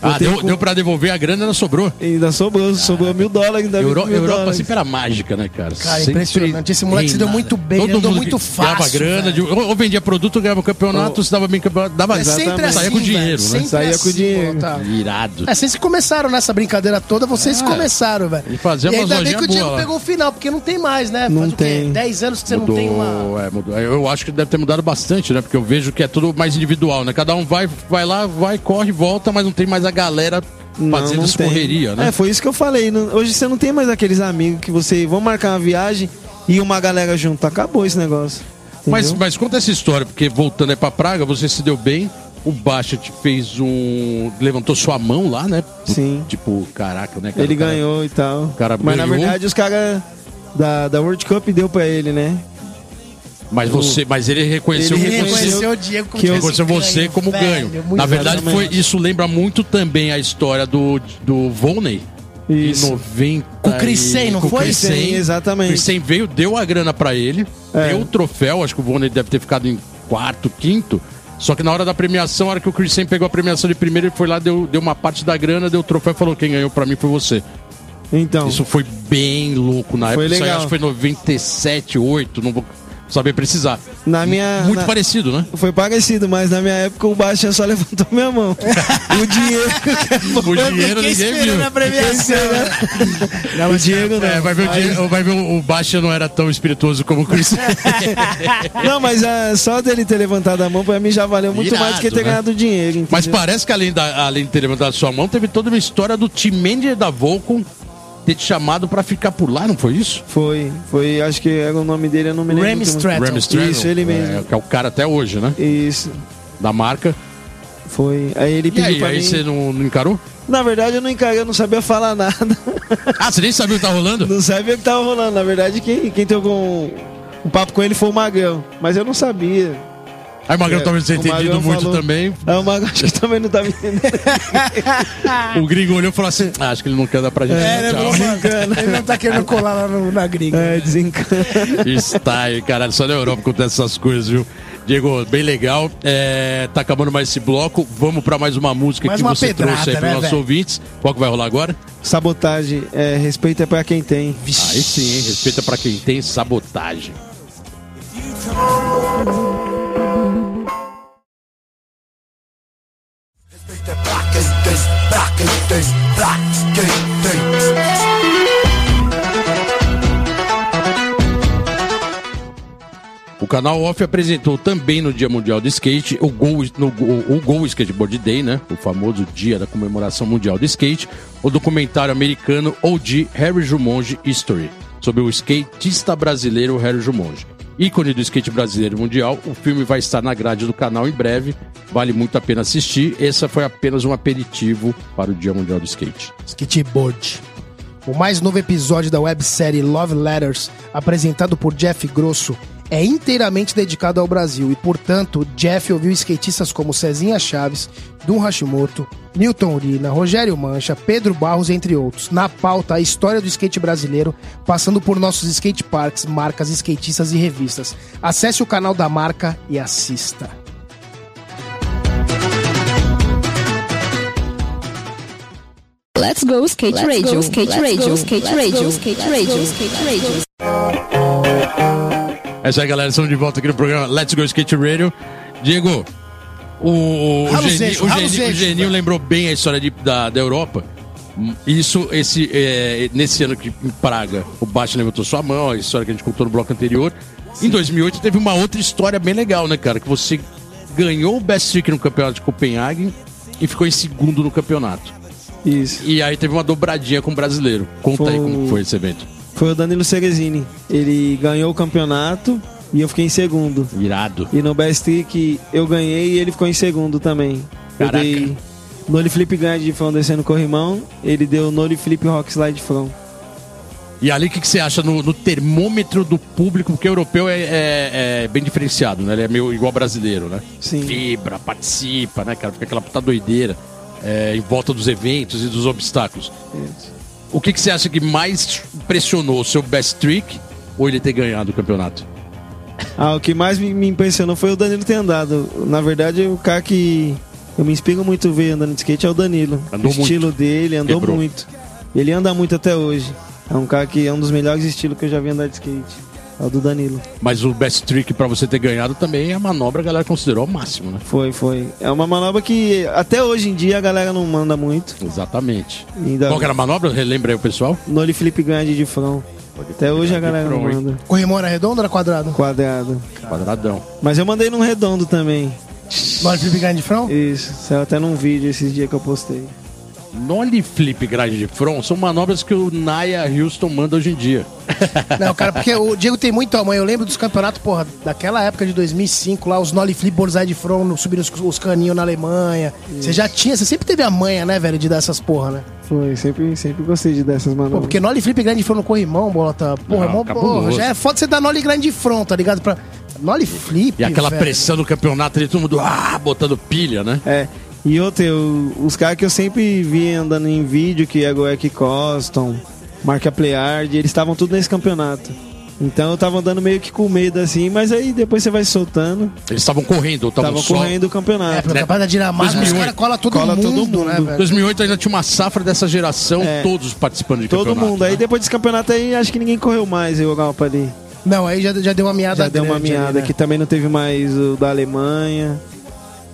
A: ah,
C: voltei
A: deu,
C: com-
A: deu pra devolver a grana, ela sobrou.
C: Ainda sobrou, sobrou mil dólares. Ainda
A: Euro,
C: mil
A: Europa
C: dólares.
A: sempre era mágica, né, cara?
B: Cara,
A: Sempre
B: impressionante. Esse moleque se deu muito bem, ele andou muito
A: que ganhava
B: fácil,
A: grana,
B: velho.
A: de- ou, ou vendia produto, ganhava campeonato, se dava bem campeonato, dava
B: É sempre
A: Saía
B: assim,
A: com dinheiro,
B: velho,
A: né?
B: sempre
C: Saía com
B: assim,
C: dinheiro.
B: pô, tá.
A: Irado.
B: É, vocês que começaram nessa brincadeira toda, vocês começaram, velho.
A: E fazia
B: E
A: umas
B: ainda bem
A: lojinhas
B: que o Diego
A: boa lá.
B: pegou o final, porque não tem mais, né?
C: Não
B: Faz o quê?
C: tem.
B: 10 anos que você
A: Mudou,
B: não tem uma.
A: é, mudou. Eu acho que deve ter mudado bastante, né? Porque eu vejo que é tudo mais individual, né? Cada um vai, vai lá, vai, corre, volta, mas não tem mais a galera
C: Não,
A: fazendo
C: não tem.
A: escorreria, né?
C: É, foi isso que eu falei. Não- Hoje você não tem mais aqueles amigos que você vão marcar uma viagem e uma galera junto. Acabou esse negócio.
A: Mas,
C: entendeu?
A: mas conta essa história, porque voltando aí pra Praga, você se deu bem, o Baixa te fez um. levantou sua mão lá, né?
C: Sim.
A: Tipo, caraca, né? cara?
C: ele
A: O cara-
C: ganhou e tal.
A: cara
C: mas na
A: ganhou.
C: verdade os caras da, da World Cup deu pra ele, né?
A: Mas você, mas ele reconheceu
C: Ele
A: o que
B: Ele
A: aconteceu.
B: reconheceu o Diego como
C: que eu-
A: Reconheceu você como ganho.
B: velho, muito
A: Na verdade, foi,
C: exatamente.
A: isso lembra muito também a história do, do Volney. Em
C: Isso.
A: 90
B: Com o Chrisen, não
A: com o
B: foi?
A: Chrisen.
C: Chrisen,
A: O
C: exatamente.
A: Chrisen veio, deu a grana pra ele,
C: É.
A: deu o troféu, acho que o Volney deve ter ficado em quarto, quinto. Só que na hora da premiação, na hora que o Chrisen pegou a premiação de primeiro, ele foi lá, deu, deu uma parte da grana, deu o troféu e falou: quem ganhou pra mim foi você.
C: Então.
A: Isso foi bem louco na
C: Foi
A: época. Isso aí
C: legal.
A: acho que foi 97, 8, não vou saber precisar.
C: Na minha-
A: Muito
C: na-
A: parecido, né?
C: Foi parecido, mas na minha época o Baixa só levantou minha mão. o dinheiro né?
A: O dinheiro ninguém viu.
B: na premiação.
C: o Diego
A: É,
C: não.
A: vai ver, o, dinheiro- vai ver o, o Baixa não era tão espirituoso como o Chris.
C: Não, mas ah, só dele ter levantado a mão pra mim já valeu muito
A: Irado,
C: mais do que ter
A: né?
C: ganhado dinheiro.
A: Mas
C: entendeu?
A: parece que além, da, além de ter levantado sua mão, teve toda uma história do team manager da Volcom ter te chamado pra ficar por lá, não foi isso?
C: Foi, foi, acho que era o nome dele, eu não me lembro.
B: Remy
C: muito, mas-
B: Stratton.
A: Remy Stratton,
C: É, então, Isso, ele mesmo.
A: é, que é o cara até hoje, né?
C: Isso,
A: Da marca.
C: foi. Aí ele
A: E
C: pediu
A: aí,
C: pra
A: aí
C: mim.
A: você não, não encarou?
C: Na verdade, eu não encarei, eu não sabia falar nada.
A: Ah, você nem sabia o que tá rolando?
C: não sabia o que tava rolando. Na verdade, quem, quem teve um, um papo com ele foi o Magrão. Mas eu não sabia.
A: Aí o Magrão
C: É,
A: talvez tenha
C: o Magrão
A: entendido muito
C: falou.
A: também.
C: Aí o Magrão acho que também não tava entendendo.
A: O gringo olhou e falou assim: ah, acho que ele não quer dar pra gente.
B: É, né,
A: tchau.
B: falou, mano, ele não tá querendo colar lá no- na gringa.
C: É, desencana.
A: Está aí, caralho, só na Europa acontece essas coisas, viu? Diego, bem legal. É, tá acabando mais esse bloco. Vamos pra mais uma música
B: Mais
A: que
B: uma
A: você
B: pedrada,
A: trouxe aí pros
B: né,
A: nossos
B: velho?
A: ouvintes. Qual que vai rolar agora?
C: Sabotagem, é, respeito é pra quem tem.
A: Aí sim, hein? Respeita pra quem tem sabotagem. O canal Off apresentou também no Dia Mundial do Skate o Go, no Go- o Go Skateboard Day, né? O famoso dia da comemoração mundial do skate, o documentário americano OG Harry Jumonji History, sobre o skatista brasileiro Harry Jumonji. Ícone do skate brasileiro mundial, o filme vai estar na grade do canal em breve, vale muito a pena assistir. Essa foi apenas um aperitivo para o Dia Mundial do Skate.
B: Skateboard. O mais novo episódio da websérie Love Letters, apresentado por Jeff Grosso, é inteiramente dedicado ao Brasil e, portanto, Jeff ouviu skatistas como Cezinha Chaves, Dum Hashimoto, Newton Urina, Rogério Mancha, Pedro Barros, entre outros. Na pauta, a história do skate brasileiro, passando por nossos skate parks, marcas, skatistas e revistas. Acesse o canal da marca e assista.
E: Let's go skate radio, skate radio, skate radio, skate radio, skate radio.
A: É isso aí, galera. Estamos de volta aqui no programa Let's Go Skate Radio. Diego, o, o,
B: Ralo
A: Geni-
B: Zejo,
A: o
B: Ralo
A: Geni-
B: Zejo,
A: o Geninho lembrou bem a história de- da, da Europa. Hum, Isso, esse, é, nesse ano que em Praga, o Baixo levantou sua mão, a história que a gente contou no bloco anterior. Em 2008 teve uma outra história bem legal, né, cara? Que você ganhou o Best Trick no campeonato de Copenhague e ficou em segundo no campeonato.
C: Isso.
A: E aí teve uma dobradinha com o brasileiro. Conta aí
C: Foi-
A: como foi esse evento.
C: Foi o Danilo Ceresini. Ele ganhou o campeonato e eu fiquei em segundo.
A: Irado.
C: E no Best Trick eu ganhei e ele ficou em segundo também. Eu
A: Caraca.
C: dei Nole flip grind de front descendo corrimão, ele deu nole flip rock slide front.
A: E ali, o que, que você acha no, no termômetro do público? Porque o europeu é, é- é bem diferenciado, né? Ele é meio igual brasileiro, né?
C: Sim.
A: Vibra, participa, né, cara? Fica aquela puta doideira é, em volta dos eventos e dos obstáculos.
C: É.
A: O que, que você acha que mais impressionou? O seu best trick ou ele ter ganhado o campeonato?
C: Ah, o que mais me, me impressionou foi o Danilo ter andado. Na verdade, o cara que eu me inspiro muito ver andando de skate é o Danilo.
A: Andou
C: o estilo dele andou
A: Quebrou.
C: muito. Ele anda muito até hoje. É um cara que é um dos melhores estilos que eu já vi andar de skate. É o do Danilo.
A: Mas o best trick pra você ter ganhado também é a manobra, a galera considerou o máximo, né?
C: Foi, foi. É uma manobra que até hoje em dia a galera não manda muito.
A: Exatamente.
C: Ainda
A: Qual que é? era a manobra? Relembra aí o pessoal?
C: Nole flip grande de front. Até hoje a galera não
A: front, né? hein?
C: manda.
B: Corrimão era redondo ou era quadrado?
C: Quadrado.
A: Quadradão.
C: Mas eu mandei num redondo também.
B: Nós flip grind de frão?
C: Isso. Saiu até num vídeo esses dias que eu postei.
A: Nolly é flip grind de front são manobras que o Naya Houston manda hoje em dia.
B: Não, cara, porque o Diego tem muito tamanho. Eu lembro dos campeonatos, porra, daquela época de 2005, lá os Nolly Flip Bonsai de Front, no- subindo os, os caninhos na Alemanha. Você já tinha, você sempre teve a manha, né, velho, de dar essas porra, né?
C: Foi, sempre, sempre gostei de dessas
B: Pô,
C: manobras.
B: porque Nolly Flip grande de front no corrimão, bolota. Porra,
A: Não,
B: mó-
C: tá
B: porra,
A: cabuloso.
B: já é foda você dar Nolly grande de front, tá ligado? Pra... Nolly Flip.
A: E aquela
B: velho.
A: pressão do campeonato ali, todo mundo ah, botando pilha, né?
C: É. E outra, eu- os caras que eu sempre vi andando em vídeo, que é Goek Coston, Marca Playard, eles estavam tudo nesse campeonato. Então eu tava andando meio que com medo assim, mas aí depois você vai soltando.
A: Eles estavam correndo, ou estavam
C: Tava
A: só.
C: correndo o
B: É,
C: campeonato.
B: pro campeonato da Dinamarca, os
A: 2008.
B: caras colam todo,
C: Cola todo
B: mundo, né,
C: mundo.
B: velho?
A: 2008 ainda tinha uma safra dessa geração,
C: É.
A: todos participando de
C: Todo
A: campeonato. né?
C: mundo.
B: né?
C: Aí depois desse campeonato aí, acho que ninguém correu mais eu Europa ali.
B: Não, aí já, já deu uma miada
C: Já deu uma
B: grande ali,
C: miada,
B: né?
C: que também não teve mais o da Alemanha.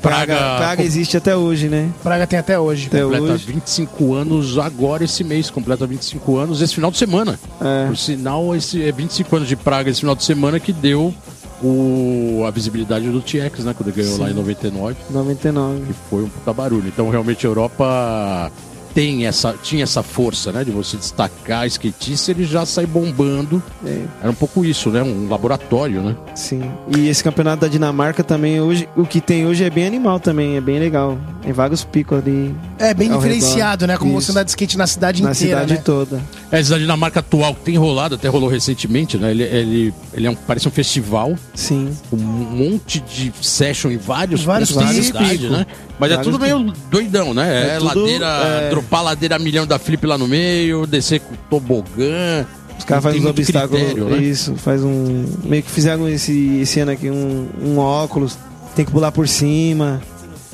A: Praga-
C: Praga existe até hoje, né?
B: Praga tem até hoje.
C: Até
A: Completa
C: hoje.
A: 25 anos agora esse mês, completa 25 anos esse final de semana.
C: É.
A: Por sinal, esse é 25 anos de Praga esse final de semana que deu o, a visibilidade do TX, né? Quando ele ganhou lá em 99.
C: 99.
A: E foi um puta barulho. Então, realmente, a Europa tem essa, tinha essa força, né? De você destacar skatista, ele já sai bombando.
C: É.
A: Era um pouco isso, né? Um laboratório, né?
C: Sim. E esse campeonato da Dinamarca também hoje, o que tem hoje é bem animal também, é bem legal. Tem vários picos ali
B: É bem
C: Ao
B: diferenciado,
C: redor.
B: né? Como você
C: Isso.
B: andar de skate na cidade
C: na
B: inteira,
C: cidade
B: né?
C: toda.
A: É, esse da Dinamarca atual que tem rolado, até rolou recentemente, né? Ele, ele, ele é um, parece um festival,
C: Sim.
A: com um monte de session em vários,
B: Vários
A: pontos da
B: picos.
A: cidade, né? Mas é
C: Vários
A: tudo meio doidão, né? É,
C: É tudo,
A: ladeira,
C: é.
A: dropar ladeira a milhão da flip lá no meio, descer com tobogã.
C: Os caras
A: Não tem
C: fazem uns
A: muito
C: obstáculos.
A: critério, né?
C: Isso, faz um. Meio que fizeram esse, esse ano aqui um, um óculos, tem que pular por cima.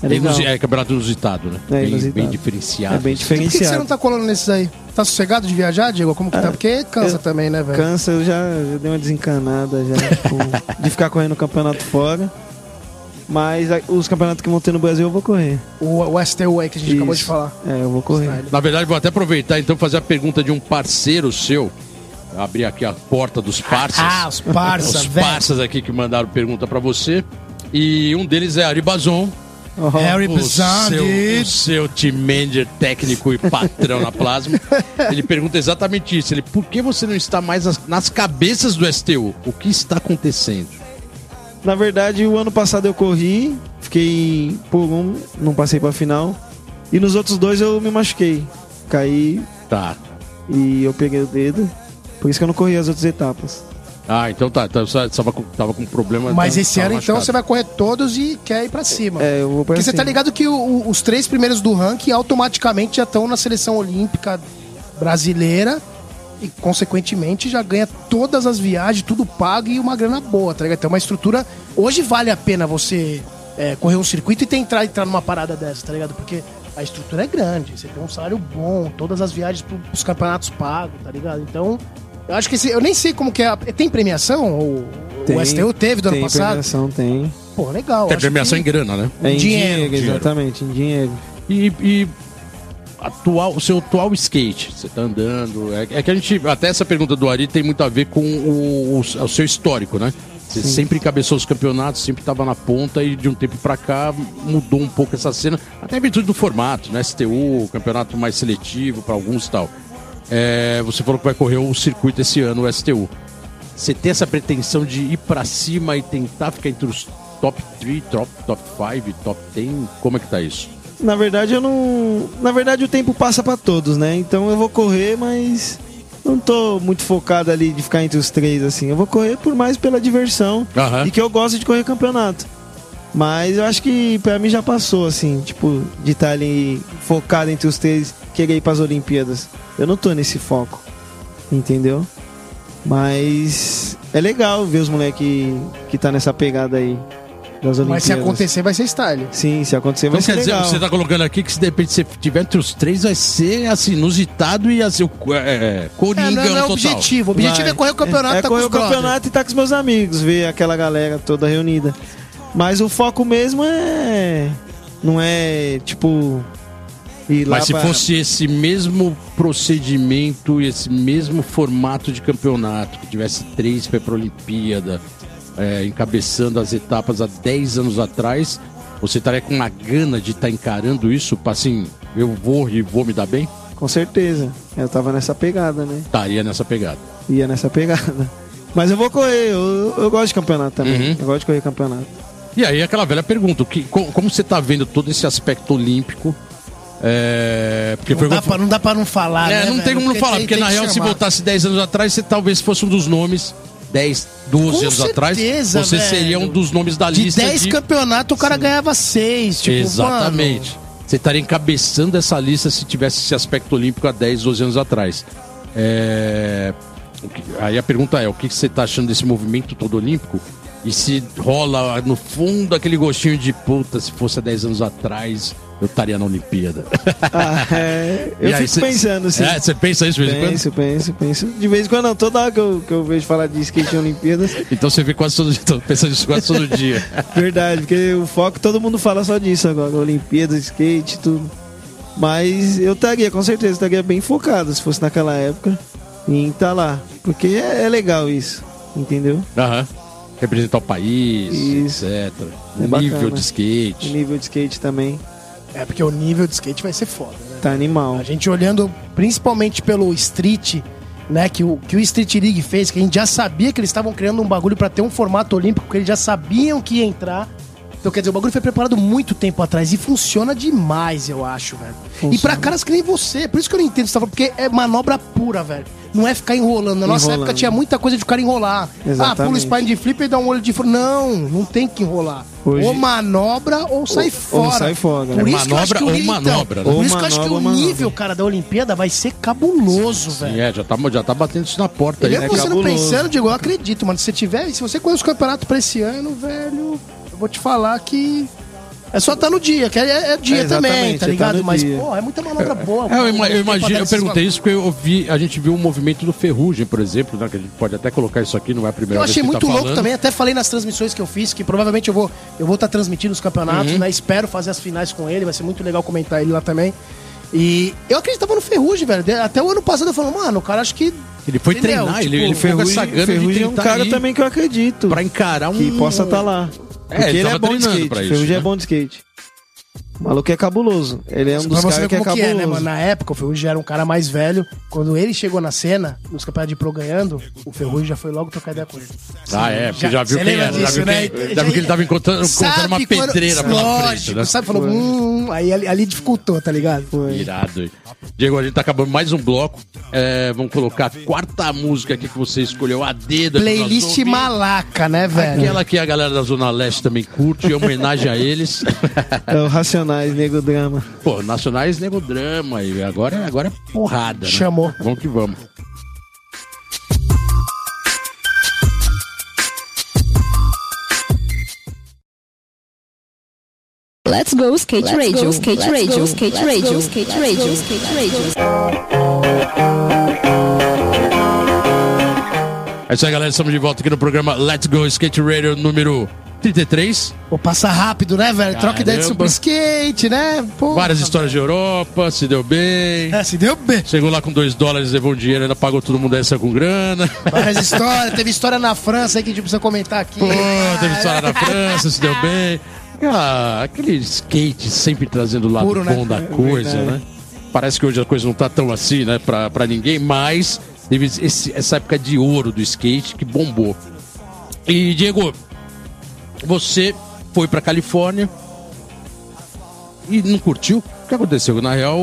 C: É
A: É,
C: legal.
A: inusi- é campeonato inusitado, né?
C: É
A: bem,
C: inusitado.
A: bem diferenciado. assim.
C: É bem
B: E por que, que você não
C: diferenciado.
B: tá colando nesses aí? Tá sossegado de viajar, Diego? Como que tá? Porque cansa
C: É. eu-
B: também, né, velho?
C: Cansa, eu já, já dei uma desencanada já, tipo, de ficar correndo o campeonato fora. Mas a- os campeonatos que vão ter no Brasil eu vou correr.
B: O, o STU aí que a gente acabou de
C: Isso.
B: falar.
C: É, eu vou correr.
B: Style.
A: Na verdade, vou até aproveitar então fazer a pergunta de um parceiro seu. Abrir aqui a porta dos parceiros.
B: Ah, os parça,
A: os
B: velho.
A: parças aqui que mandaram pergunta pra você. E um deles é Ari Bazon,
C: Ó,
B: Harry
A: o seu, o
B: Bizandi.
A: seu team manager técnico e patrão na Plasma. Ele pergunta exatamente isso. Ele, por que você não está mais nas, nas cabeças do STU? O que está acontecendo?
C: Na verdade, o ano passado eu corri, fiquei por um, não passei pra final. E nos outros dois eu me machuquei. Caí
A: Tá.
C: e eu peguei o dedo. Por isso que eu não corri as outras etapas.
A: Ah, então tá. Então, você tava, com- tava com problema.
B: Mas
A: tava-
B: esse ano,
A: tava
B: então,
A: machucado.
B: você vai correr todos e quer ir pra cima.
C: É, eu vou pra
B: Porque você
C: cima.
B: tá ligado que o- o- os três primeiros do ranking automaticamente já estão na seleção olímpica brasileira e, consequentemente, já ganha todas as viagens, tudo pago e uma grana boa, tá ligado? Tem uma estrutura. Hoje vale a pena você é, correr um circuito e tentar entrar numa parada dessa, tá ligado? Porque a estrutura é grande, você tem um salário bom, todas as viagens pro, pros campeonatos pagos, tá ligado? Então. Eu acho que esse, eu nem sei como que é. a- Tem premiação? Ou, o STU teve do ano
C: tem
B: passado?
C: Premiação, tem.
B: Pô, legal.
A: Tem
B: acho
A: premiação
B: que-
A: em grana, né?
C: É em
B: Dinheiro.
C: dinheiro,
A: Dinheiro.
C: exatamente, em dinheiro.
A: E, e atual, o seu atual skate, você tá andando. É, é que a gente. Até essa pergunta do Ari tem muito a ver com o, o- o seu histórico, né? Você sempre encabeçou os campeonatos, sempre estava na ponta e de um tempo pra cá mudou um pouco essa cena, até em virtude do formato, né? STU, campeonato mais seletivo para alguns e tal. É, você falou que vai correr o circuito esse ano, o STU. Você tem essa pretensão de ir pra cima e tentar ficar entre os top 3, top 5, top 10? Como é que tá isso?
C: na verdade eu não. Na verdade o tempo passa pra todos, né? Então eu vou correr, mas não tô muito focado ali de ficar entre os três, assim. Eu vou correr por mais pela diversão
A: Aham.
C: e que eu gosto de correr campeonato. Mas eu acho que pra mim já passou, assim, tipo, de estar ali focado entre os três, querer ir pras Olimpíadas. Eu não tô nesse foco, entendeu? Mas é legal ver os moleque que tá nessa pegada aí das Olimpíadas.
B: Mas se acontecer, vai ser style.
C: Sim, se acontecer
A: Então
C: vai
B: é
C: ser
A: quer dizer,
C: legal.
A: você tá colocando aqui que se de repente você tiver entre os três, vai ser assim, inusitado e assim, o- é, é,
B: É,
A: coringão
B: não, é- não é o
A: total.
B: objetivo. O objetivo
C: Vai.
B: é correr o campeonato,
C: é,
B: tá
C: correr
B: com os
C: o
B: brother.
C: campeonato e tá com os meus amigos, ver aquela galera toda reunida. Mas o foco mesmo é. Não é tipo. Ir lá
A: Mas se
C: pra-
A: fosse esse mesmo procedimento, esse mesmo formato de campeonato, que tivesse três para a Olimpíada, é, encabeçando as etapas há 10 anos atrás, você estaria com uma gana de estar encarando isso, pra, assim, eu vou e vou me dar bem?
C: Com certeza. Eu tava nessa pegada, né?
A: Estaria nessa pegada.
C: Ia nessa pegada. Mas eu vou correr, eu, eu gosto de campeonato também.
A: Uhum.
C: Eu gosto de correr campeonato.
A: E aí aquela velha pergunta, o que, co- como você tá vendo todo esse aspecto olímpico? É, porque
B: Não
A: foi
B: dá, pra, não dá pra não falar,
A: É,
B: né,
A: não
B: velho?
A: tem como não falar, porque
B: tem
A: na
B: que
A: real, se
B: chamar.
A: botasse 10 anos atrás, você talvez fosse um dos nomes, 10, 12
B: Com
A: anos atrás,
B: certeza,
A: você
B: velho.
A: seria um dos nomes da
B: De
A: lista.
B: 10 campeonatos, o cara ganhava 6. Tipo,
A: Exatamente. Você estaria encabeçando essa lista se tivesse esse aspecto olímpico há 10, 12 anos atrás. É, o que- Aí a pergunta é, o que que você está achando desse movimento todo olímpico? E se rola no fundo aquele gostinho de puta, se fosse há 10 anos atrás, eu estaria na Olimpíada.
C: Ah, é, eu
A: E aí,
C: fico
A: cê-
C: pensando assim.
A: É, você pensa isso de vez em quando?
C: penso, penso, penso. De vez em quando não, toda hora que eu, que eu vejo falar de skate em Olimpíadas.
A: Então você vê quase todo dia, tô pensando isso quase todo dia.
C: Verdade, porque o foco todo mundo fala só disso agora, Olimpíadas, skate, tudo. Mas eu estaria, com certeza, estaria bem focado se fosse naquela época em estar lá, porque é, é legal isso, entendeu?
A: Aham. Representar o país,
C: Isso.
A: etc.
C: É
A: O nível
C: bacana.
A: de
C: O
A: skate.
C: nível de skate também
B: É, porque o nível de skate vai ser foda, né?
C: tá animal.
B: A gente olhando principalmente pelo Street, né? Que o, que o Street League fez, que a gente já sabia que eles estavam criando um bagulho pra ter um formato olímpico, que eles já sabiam que ia entrar. Então, quer dizer, o bagulho foi preparado muito tempo atrás e funciona demais, eu acho, velho. E pra caras que nem você, por isso que eu não entendo o que você tá falando, porque é manobra pura, velho. Não é ficar enrolando. Na nossa
C: Enrolando.
B: época tinha muita coisa de o cara enrolar. Ah, pula o
C: Exatamente.
B: spine de flip e dá um olho de fora. Não, não tem que enrolar.
C: Hoje-
B: Ou manobra ou sai
C: ou
B: fora.
C: sai fora. né?
B: Por
A: É
B: isso que eu acho
A: manobra
B: que o
A: ou
B: nível- então,
A: manobra, né?
B: Por
C: Ou
B: isso que eu acho que o
C: manobra ou manobra.
B: nível nível, cara, da Olimpíada vai ser cabuloso,
A: E
B: velho.
A: É, já tá, já tá batendo isso na porta aí.
B: Mesmo
C: é
B: você não
C: cabuloso.
B: pensando, Diego, eu acredito, mano. Se você tiver, se você conhece os campeonatos pra esse ano, velho, eu vou te falar que. É só tá no dia, que é, é dia
C: É,
B: também,
C: exatamente,
B: tá
C: tá
B: ligado?
C: no
B: Mas,
C: dia.
B: pô, é muita manobra boa.
A: É, eu, ima- eu
B: Tem pra
A: imagino,
B: dar
A: eu
B: esses
A: perguntei isso porque eu vi, a gente viu o movimento do Ferrugem, por exemplo, né, que a gente pode até colocar isso aqui, não é a primeira
B: Eu
A: vez
B: achei
A: que
B: muito
A: tá
B: louco
A: falando.
B: também, até falei nas transmissões que eu fiz, que provavelmente eu vou eu vou estar transmitindo os
A: Uhum.
B: campeonatos, né? Espero fazer as finais com ele, vai ser muito legal comentar ele lá também. E eu acreditava no Ferrugem, velho. De- Até o ano passado eu falei, mano, o cara acho que.
A: Ele foi
B: Entendeu?
A: treinar, ele,
B: Tipo,
A: ele foi com essa
C: Ferrugem,
A: gana de
C: Ferrugem é um
A: tentar
C: cara
A: ir
C: também que eu acredito
A: pra encarar um...
C: que possa estar lá.
A: É,
C: Porque
A: ele
C: ele é
A: tava
C: bom de
A: treinando
C: skate,
A: pra isso,
C: Ferrugem é
A: né?
C: bom de skate. O maluco é cabuloso. Ele é um
B: Pra
C: dos
B: você
C: caras
B: ver
C: que é
B: como que
C: cabuloso.
B: é, né, mano? Na época, o Ferrugem já era um cara mais velho. Quando ele chegou na cena, nos campeonatos de pro ganhando, o Ferrugem já foi logo trocar ideia com ele.
A: Ah, é, porque já, viu quem
B: você lembra
A: era, já
B: disso,
A: viu
B: né?
A: quem- é. já viu que ele tá tava encontrando, encontrando uma
B: quando-
A: pedreira pela frente,
B: Lógico,
A: né?
B: sabe? Falou, hum, aí ali, ali dificultou, tá ligado?
A: Irado. hein? Diego, a gente tá acabando mais um bloco. É, vamos colocar a quarta música aqui que você escolheu a dedo. aqui nós
B: Playlist
A: ouvimos.
B: malaca, né, velho?
A: Aquela que a galera da Zona Leste também curte, em homenagem a eles.
C: É o Racionais, Nego Drama.
A: Pô, Nacionais nego drama e agora, é- agora é porrada. né?
B: Chamou.
A: Vamos que vamos.
E: Let's go skate radio, skate radio, skate radio, skate radio, skate radio.
A: É isso aí, galera. Estamos de volta aqui no programa Let's Go Skate Radio número 33.
B: Pô, passa rápido, né, velho? Troca ideia de
A: Caramba.
B: super skate, né? Pô.
A: Várias histórias de Europa, se deu bem.
B: É, se deu bem.
A: Chegou lá com 2 dólares, levou um dinheiro, ainda pagou todo mundo essa com grana.
B: Várias histórias. Teve história na França aí que a gente precisa comentar aqui.
A: Pô, teve história na França, se deu bem. Ah, aquele skate sempre trazendo o lado
B: Puro, né?
A: bom da coisa, né? Parece que hoje a coisa não tá tão assim, né, pra, pra ninguém, mas teve esse- essa época de ouro do skate que bombou. E, Diego, você foi pra Califórnia, e não curtiu, o que aconteceu? Na real,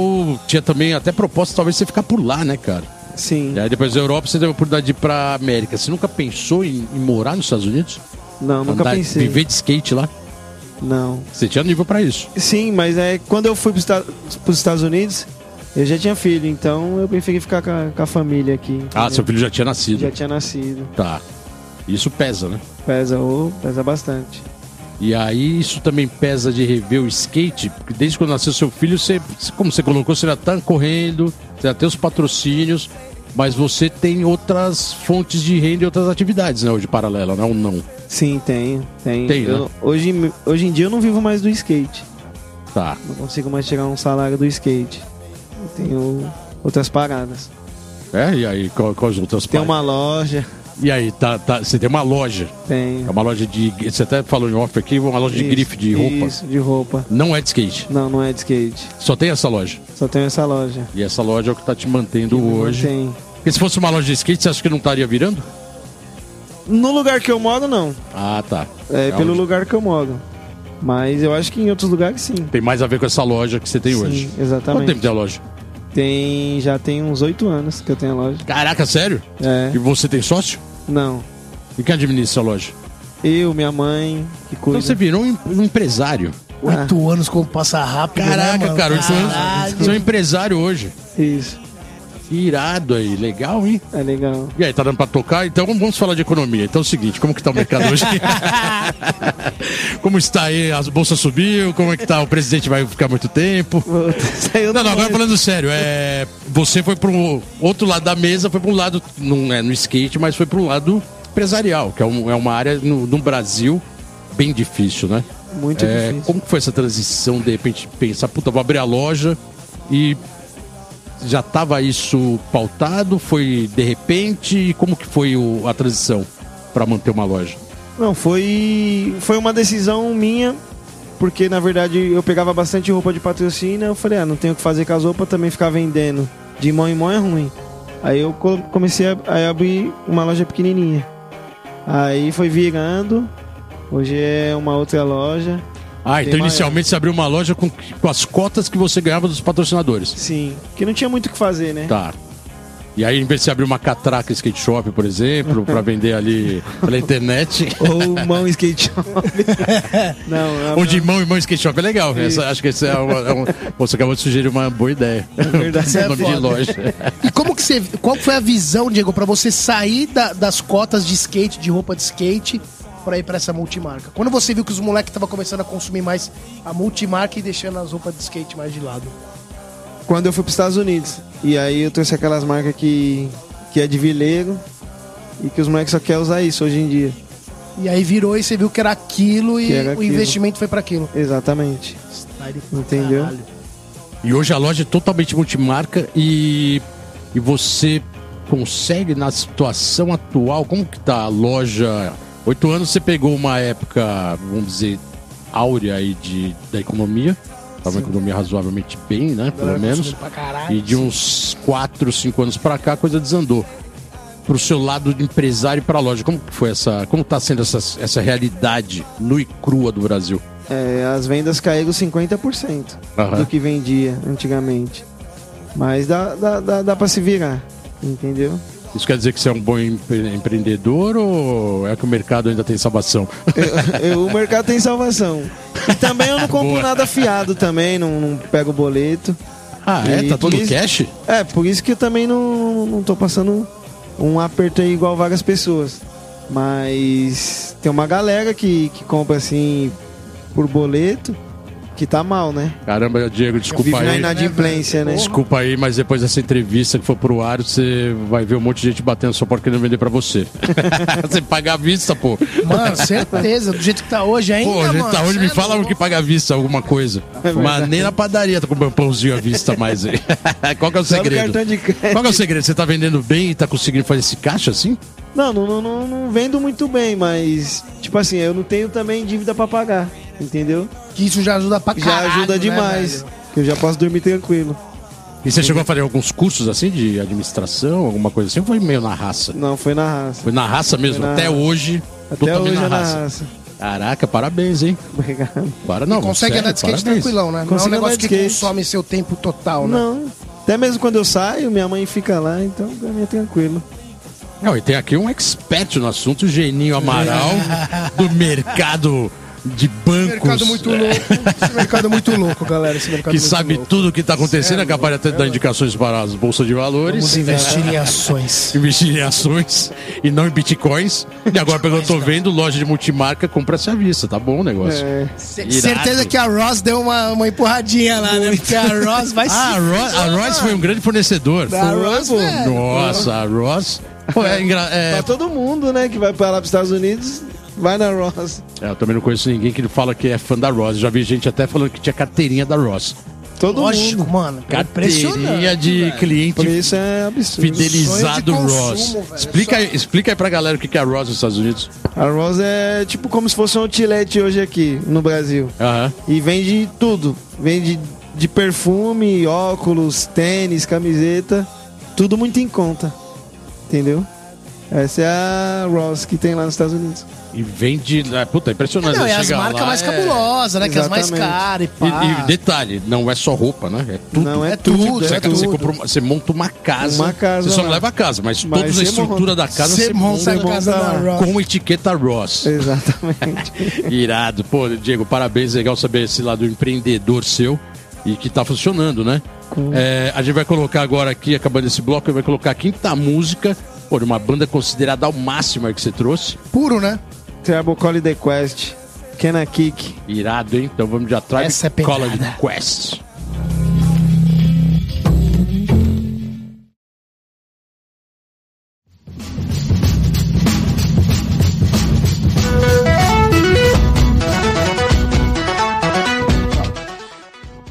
A: tinha também até proposta talvez você ficar por lá, né, cara?
C: Sim.
A: E aí depois da Europa você teve a oportunidade de ir pra América. Você nunca pensou em, em morar nos Estados Unidos?
C: Não, nunca
A: Andar-
C: pensei.
A: Viver de skate lá?
C: Não.
A: Você tinha nível pra isso.
C: Sim, mas é, quando eu fui para os Estados Unidos, eu já tinha filho, então eu preferi ficar com a, com a família aqui.
A: Ah,
C: entendeu?
A: seu filho já tinha nascido.
C: Já tinha nascido.
A: Tá. Isso pesa, né?
C: Pesa ou pesa bastante.
A: E aí isso também pesa de rever o skate, porque desde quando nasceu seu filho, você, como você colocou, você já tá correndo, você já tem os patrocínios, mas você tem outras fontes de renda e outras atividades, né, hoje paralela, né, ou não?
C: Sim, tenho. Tenho.
A: Tem, né?
C: Eu- hoje, em- hoje em dia eu não vivo mais do skate.
A: Tá.
C: Não consigo mais tirar um salário do skate. Eu tenho outras paradas.
A: É, e aí, qual- quais outras
C: Tem
A: partes?
C: uma loja,
A: E aí, tá, tá, você tem uma loja, é
C: tenho.
A: uma loja de, você até falou em off aqui, uma loja de
C: Isso,
A: grife, de roupa.
C: Isso, de roupa.
A: Não é de skate,
C: Não, não é de skate.
A: só tem essa loja.
C: Só tenho essa loja.
A: E essa loja é o que tá te mantendo hoje.
C: Tem.
A: Porque se fosse uma loja de skate, você acha que não estaria virando?
C: No lugar que eu moro, não.
A: Ah, tá.
C: É, pelo
A: onde
C: lugar que eu moro. Mas eu acho que em outros lugares sim.
A: Tem mais a ver com essa loja que você tem
C: Sim,
A: hoje. Quanto
C: Exatamente.
A: tempo tem a loja?
C: Tem, já tem uns oito anos que eu tenho a loja.
A: Caraca, sério?
C: É,
A: E você tem sócio?
C: não.
A: E quem administra a loja?
C: Eu, minha mãe, que cuida.
A: Então você virou um, um empresário.
B: Oito anos como passa rápido. né,
A: Caraca,
B: mano?
A: cara, você é um-
B: Caralho.
A: você é um empresário hoje.
C: Isso,
A: Que Irado aí, legal, hein?
C: é legal.
A: E aí, tá dando pra tocar? Então vamos falar de economia. Então é o seguinte, como que tá o mercado hoje? como está aí? As bolsas subiu? Como é que tá? O presidente vai ficar muito tempo?
C: Vou- Saiu
A: Não,
C: do
A: não, agora
C: ônibus.
A: falando sério, é, você foi pro outro lado da mesa, foi pro lado, não é no skate, mas foi pro lado empresarial, que é, um- é uma área no, no Brasil bem difícil, né?
C: Muito
A: É,
C: difícil.
A: como que foi essa transição, de repente, pensar, puta, vou abrir a loja e já tava isso pautado, foi de repente, e como que foi o- a transição para manter uma loja?
C: Não, foi foi uma decisão minha, porque na verdade eu pegava bastante roupa de patrocínio, eu falei, ah, não tenho o que fazer com as roupas, também ficar vendendo de mão em mão é ruim. Aí eu co- comecei a, a abrir uma loja pequenininha. Aí foi virando, hoje é uma outra loja.
A: Ah,
C: Bem
A: então
C: maior.
A: inicialmente você abriu uma loja com, com as cotas que você ganhava dos patrocinadores.
C: Sim, que não tinha muito o que fazer, né?
A: Tá. E aí, em vez de você abrir uma catraca skate shop, por exemplo, pra vender ali pela internet,
C: Ou mão skate shop. não, eu abri-
A: ou de mão em mão skate shop é legal. Essa- acho que essa é uma, é um- você acabou de sugerir uma boa ideia.
C: verdade,
A: O
C: é
A: nome de
C: foda.
A: loja.
B: E como que você. Qual foi a visão, Diego, pra você sair da- das cotas de skate, de roupa de skate, pra ir pra essa multimarca? Quando você viu que os moleques estavam começando a consumir mais a multimarca e deixando as roupas de skate mais de lado?
C: quando eu fui para os Estados Unidos. E aí eu trouxe aquelas marcas que, que é de vileiro e que os moleques só querem usar isso hoje em dia.
B: E aí virou e você viu que era aquilo e
C: Que era
B: o
C: aquilo.
B: investimento foi pra aquilo.
C: Exatamente.
B: Style pra
C: Entendeu?
B: caralho.
A: E hoje a loja é totalmente multimarca e, e você consegue, na situação atual, como que tá a loja? Oito anos você pegou uma época, vamos dizer, áurea aí de, da economia. Tava uma economia razoavelmente bem, né? Pelo
B: Galera
A: menos.
B: consumindo pra caralho.
A: E de
C: um-
A: uns 4, 5 anos pra cá, a coisa desandou. Pro seu lado de empresário e pra loja, como que foi essa. Como tá sendo essa, essa realidade nua e crua do Brasil?
C: É, as vendas caíram 50%
A: Aham.
C: do que vendia antigamente. Mas dá, dá, dá, dá para se virar, entendeu?
A: Isso quer dizer que você é um bom empre- empreendedor ou é que o mercado ainda tem salvação?
C: Eu- eu- o mercado tem salvação. E também eu não compro
A: Boa.
C: nada fiado também, não, não pego boleto.
A: Ah, é?
C: E
A: Tá
C: por
A: tudo
C: isso-
A: cash?
C: É, por isso que eu também não, não tô passando um aperto aí igual várias pessoas. Mas tem uma galera que, que compra assim por boleto que tá mal, né?
A: Caramba, Diego,
C: Vive
A: desculpa
C: na
A: aí.
C: inadimplência, né?
A: Desculpa aí, mas depois dessa entrevista que for pro ar, você vai ver um monte de gente batendo sua porta querendo vender pra você. você paga à vista, pô.
B: Mano, certeza, do jeito que tá hoje ainda.
A: Pô, a gente
B: mano,
A: tá hoje,
B: cê
A: me
B: é
A: fala um
B: louco.
A: que paga à vista, alguma coisa.
C: verdade.
A: Mas nem na padaria tá comprando pãozinho à vista mais aí. Qual que é o
C: Só no
A: segredo?
C: cartão de crédito.
A: Qual que é o segredo? Você tá vendendo bem e tá conseguindo fazer esse caixa assim?
C: Não, não, não, não, não vendo muito bem, mas tipo assim, eu não tenho também dívida pra pagar, entendeu?
B: Que isso já ajuda pra
C: Já
B: caralho.
C: ajuda
B: né,
C: demais.
B: velho?
C: que eu já posso dormir tranquilo.
A: E você chegou a fazer alguns cursos assim de administração, alguma coisa assim? Ou foi meio na raça?
C: Não, foi na raça.
A: Foi na raça mesmo,
C: Foi na
A: até
C: raça.
A: hoje.
C: Até
A: totalmente
C: hoje
A: na
C: é na
A: raça.
C: raça.
A: Caraca, parabéns, hein?
C: Obrigado.
A: Para, não,
B: Consegue
A: sério,
B: andar de skate
A: parabéns.
B: tranquilão, né?
C: Consigo
B: não é um negócio
C: andar de
B: que
C: skate.
B: consome seu tempo total, né?
C: Não. Até mesmo quando eu saio, minha mãe fica lá, então pra mim é tranquilo.
A: Não, e tem aqui um expert no assunto, o Geninho Amaral, do mercado de bancos.
B: Mercado muito louco. Esse mercado é muito louco, galera. Esse mercado
A: Que
B: é muito
A: sabe
B: louco.
A: tudo o que está acontecendo, é capaz até de dar indicações para as bolsas de valores.
B: Vamos investir em ações.
A: investir em ações e não em bitcoins. E agora, pelo que eu tô vendo, loja de multimarca compra-se à vista. Tá bom o negócio.
B: É. C-
A: Irado.
B: Certeza que a Ross deu uma, uma empurradinha lá, né? Porque a Ross vai
A: Ah, a,
B: se...
A: Ross, a Ross foi um grande fornecedor.
B: A Ross, velho.
A: Nossa, a Ross. Pô, é engra- é-
B: Tá
C: Pra todo mundo, né, que vai pra lá pros Estados Unidos, vai na Ross.
A: é, eu também não conheço ninguém que fala que é fã da Ross. Já vi gente até falando que tinha carteirinha da Ross.
C: Todo
B: Lógico,
C: mundo.
B: mano.
A: Carteirinha de
C: Por
A: cliente
C: isso é absurdo.
A: fidelizado
B: Sonho de
A: Ross.
B: consumo, velho.
A: Explica, aí- explica aí pra galera o que que é a Ross nos Estados Unidos.
C: A Ross é tipo como se fosse um outlet hoje aqui no Brasil.
A: Aham.
C: E vende tudo. Vende de perfume, óculos, tênis, camiseta. Tudo muito em conta. Entendeu? Essa é a Ross que tem lá nos Estados Unidos.
A: E vende. ah, Puta, é impressionante.
B: Não, é as
A: Chega
B: marcas
A: lá,
B: mais
A: é-
B: cabulosas, Ah. né? Que é as mais
C: Exatamente.
B: caras e pá.
A: E, e detalhe, não é só roupa, né? É tudo.
C: Não é,
B: É
C: tudo.
B: tudo,
A: Você,
B: é
A: você
B: tudo.
A: compra uma- você monta uma casa.
C: Uma casa
A: Você só
C: lá.
A: não leva a casa, mas,
C: Mas
A: toda a
C: você
A: estrutura
C: monta.
A: da casa né?
B: Você monta a
C: monta É.
B: casa
C: lá.
B: da Ross.
A: com etiqueta Ross.
C: Exatamente.
A: Irado. Pô, Diego, parabéns. Legal saber esse lado empreendedor seu e que tá funcionando, né?
C: Hum.
A: É, a gente vai colocar agora aqui, acabando esse bloco, vai colocar a quinta música. Pô, de uma banda considerada ao máximo aí que você trouxe.
B: Puro, né?
C: Trouble Collie The Quest. Kenna Kick.
A: Irado, hein? Então vamos de atrás.
B: Essa é pegada.
A: Cola de Quest.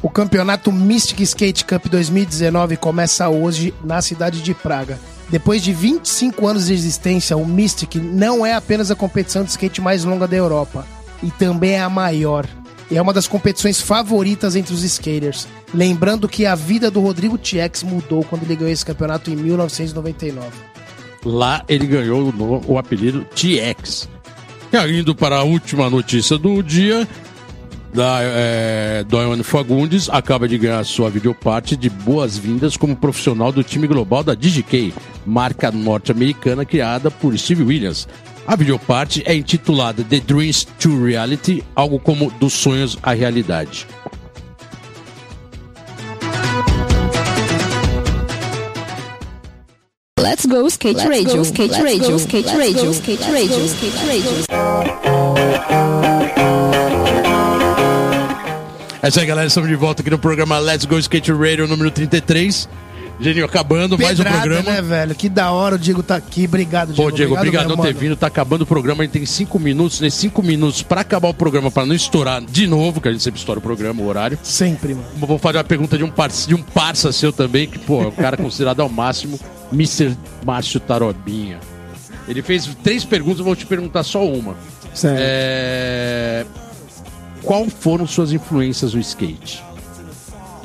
B: O campeonato Mystic Skate Cup 2019 começa hoje na cidade de Praga. Depois de 25 anos de existência, o Mystic não é apenas a competição de skate mais longa da Europa, e também é a maior. E é uma das competições favoritas entre os skaters. Lembrando que a vida do Rodrigo Tiex mudou quando ele ganhou esse campeonato em 1999.
A: Lá ele ganhou o, no- o apelido TX. E indo para a última notícia do dia, da é, Doiane Fagundes acaba de ganhar sua videoparte de boas-vindas como profissional do time global da DigiKey, marca norte-americana criada por Steve Williams. A videoparte é intitulada The Dreams to Reality, algo como dos sonhos à realidade.
E: Let's go skate radio, skate radio, skate radio, skate radio, skate radio.
A: É isso aí, galera. Estamos de volta aqui no programa Let's Go Skate Radio número 33. Genio, acabando mais um
B: Pedrada,
A: programa.
B: né, velho? Que da hora o Diego tá aqui. Obrigado, Diego.
A: Pô, Diego, obrigado por ter
B: mesmo, mano.
A: vindo. Tá acabando o programa, a gente tem cinco minutos. Nesses cinco minutos, pra acabar o programa, pra não estourar de novo, que a gente sempre estoura o programa, o horário.
B: Sempre, mano.
A: Vou fazer uma pergunta de um parça, de um parça seu também, que, pô, é um cara considerado ao máximo, Mr. Márcio Tarobinha. Ele fez três perguntas, eu vou te perguntar só uma.
C: Certo.
A: É... Qual foram suas influências no skate?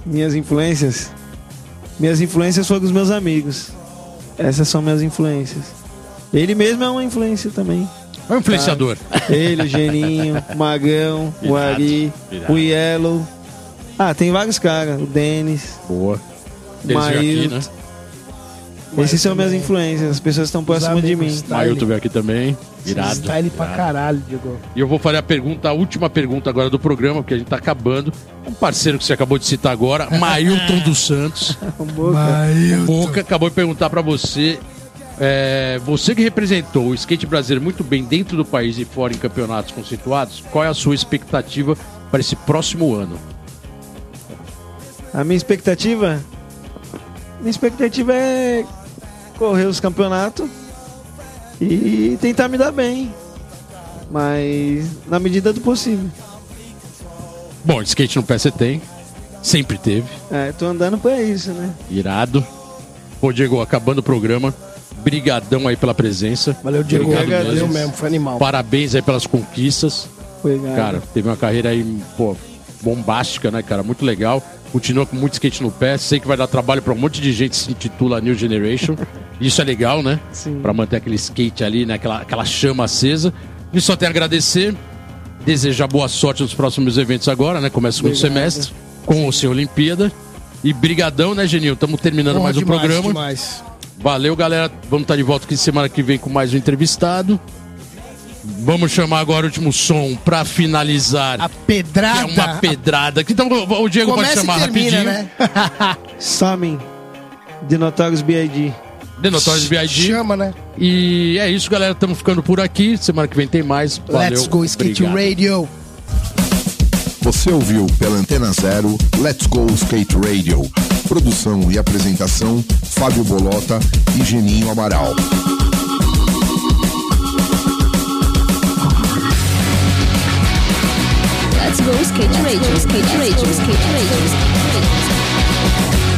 C: Minhas influências? Minhas influências foram os meus amigos. Essas são minhas influências. Ele mesmo é uma influência também.
A: É um influenciador.
C: Ele, o Geninho, o Magão, o
A: Irado,
C: Ari,
A: irado.
C: o Yellow. Ah, tem vários caras. O Denis.
A: Boa. Eles vieram aqui,
C: Maílton.
A: né?
C: Esses são minhas influências. As pessoas estão próximas de
B: amigos,
C: mim.
B: tá?
A: Mailton veio aqui também. Irado.
B: Style pra
A: irado.
B: caralho, Diego.
A: E eu vou fazer a pergunta, a última pergunta agora do programa, porque a gente tá acabando. Um parceiro que você acabou de citar agora, Mailton dos Santos. Boca acabou de perguntar pra você. é, você que representou o skate brasileiro muito bem dentro do país e fora em campeonatos conceituados, qual é a sua expectativa para esse próximo ano?
C: A minha expectativa? Minha expectativa é correr os campeonatos e tentar me dar bem. Mas na medida do possível.
A: Bom, skate no pé você tem, sempre teve,
C: É, tô andando pra isso, né?
A: irado. Ô Diego, acabando o programa, brigadão aí pela presença.
B: Valeu, Diego.
A: Obrigado
B: Valeu
A: mesmo.
B: mesmo, foi animal.
A: Parabéns aí pelas conquistas.
C: Obrigado.
A: Cara, teve uma carreira aí, pô, bombástica, né, cara? Muito legal. Continua com muito skate no pé. Sei que vai dar trabalho pra um monte de gente que se intitula New Generation. Isso é legal, né?
C: Sim.
A: Pra manter aquele skate ali, né? Aquela, aquela chama acesa. E só tem a agradecer. desejar boa sorte nos próximos eventos agora, né? Começa o segundo
C: Obrigado.
A: semestre com o seu Olimpíada. E brigadão, né, Genil? Estamos terminando mais um programa.
B: Demais.
A: Valeu, galera. Vamos estar de volta aqui semana que vem com mais um entrevistado. Vamos chamar agora o último som pra finalizar.
B: A
A: que é
B: pedrada.
A: uma pedrada. Então, o Diego
B: Começa
A: pode chamar
B: e termina,
A: rapidinho.
B: né?
C: Samin, de Notorious B.I.D.
A: The Notorious B.I.G.
B: Chama, né?
A: E é isso, galera. Estamos ficando por aqui. Semana que vem tem mais. Valeu.
B: Let's go, Skate
A: obrigado.
B: Radio.
F: Você ouviu pela Antena Zero Let's Go Skate Radio. Produção e apresentação: Fábio Bolota e Geninho Amaral.
E: Let's go skate radio, skate radio, skate radio, skate radio.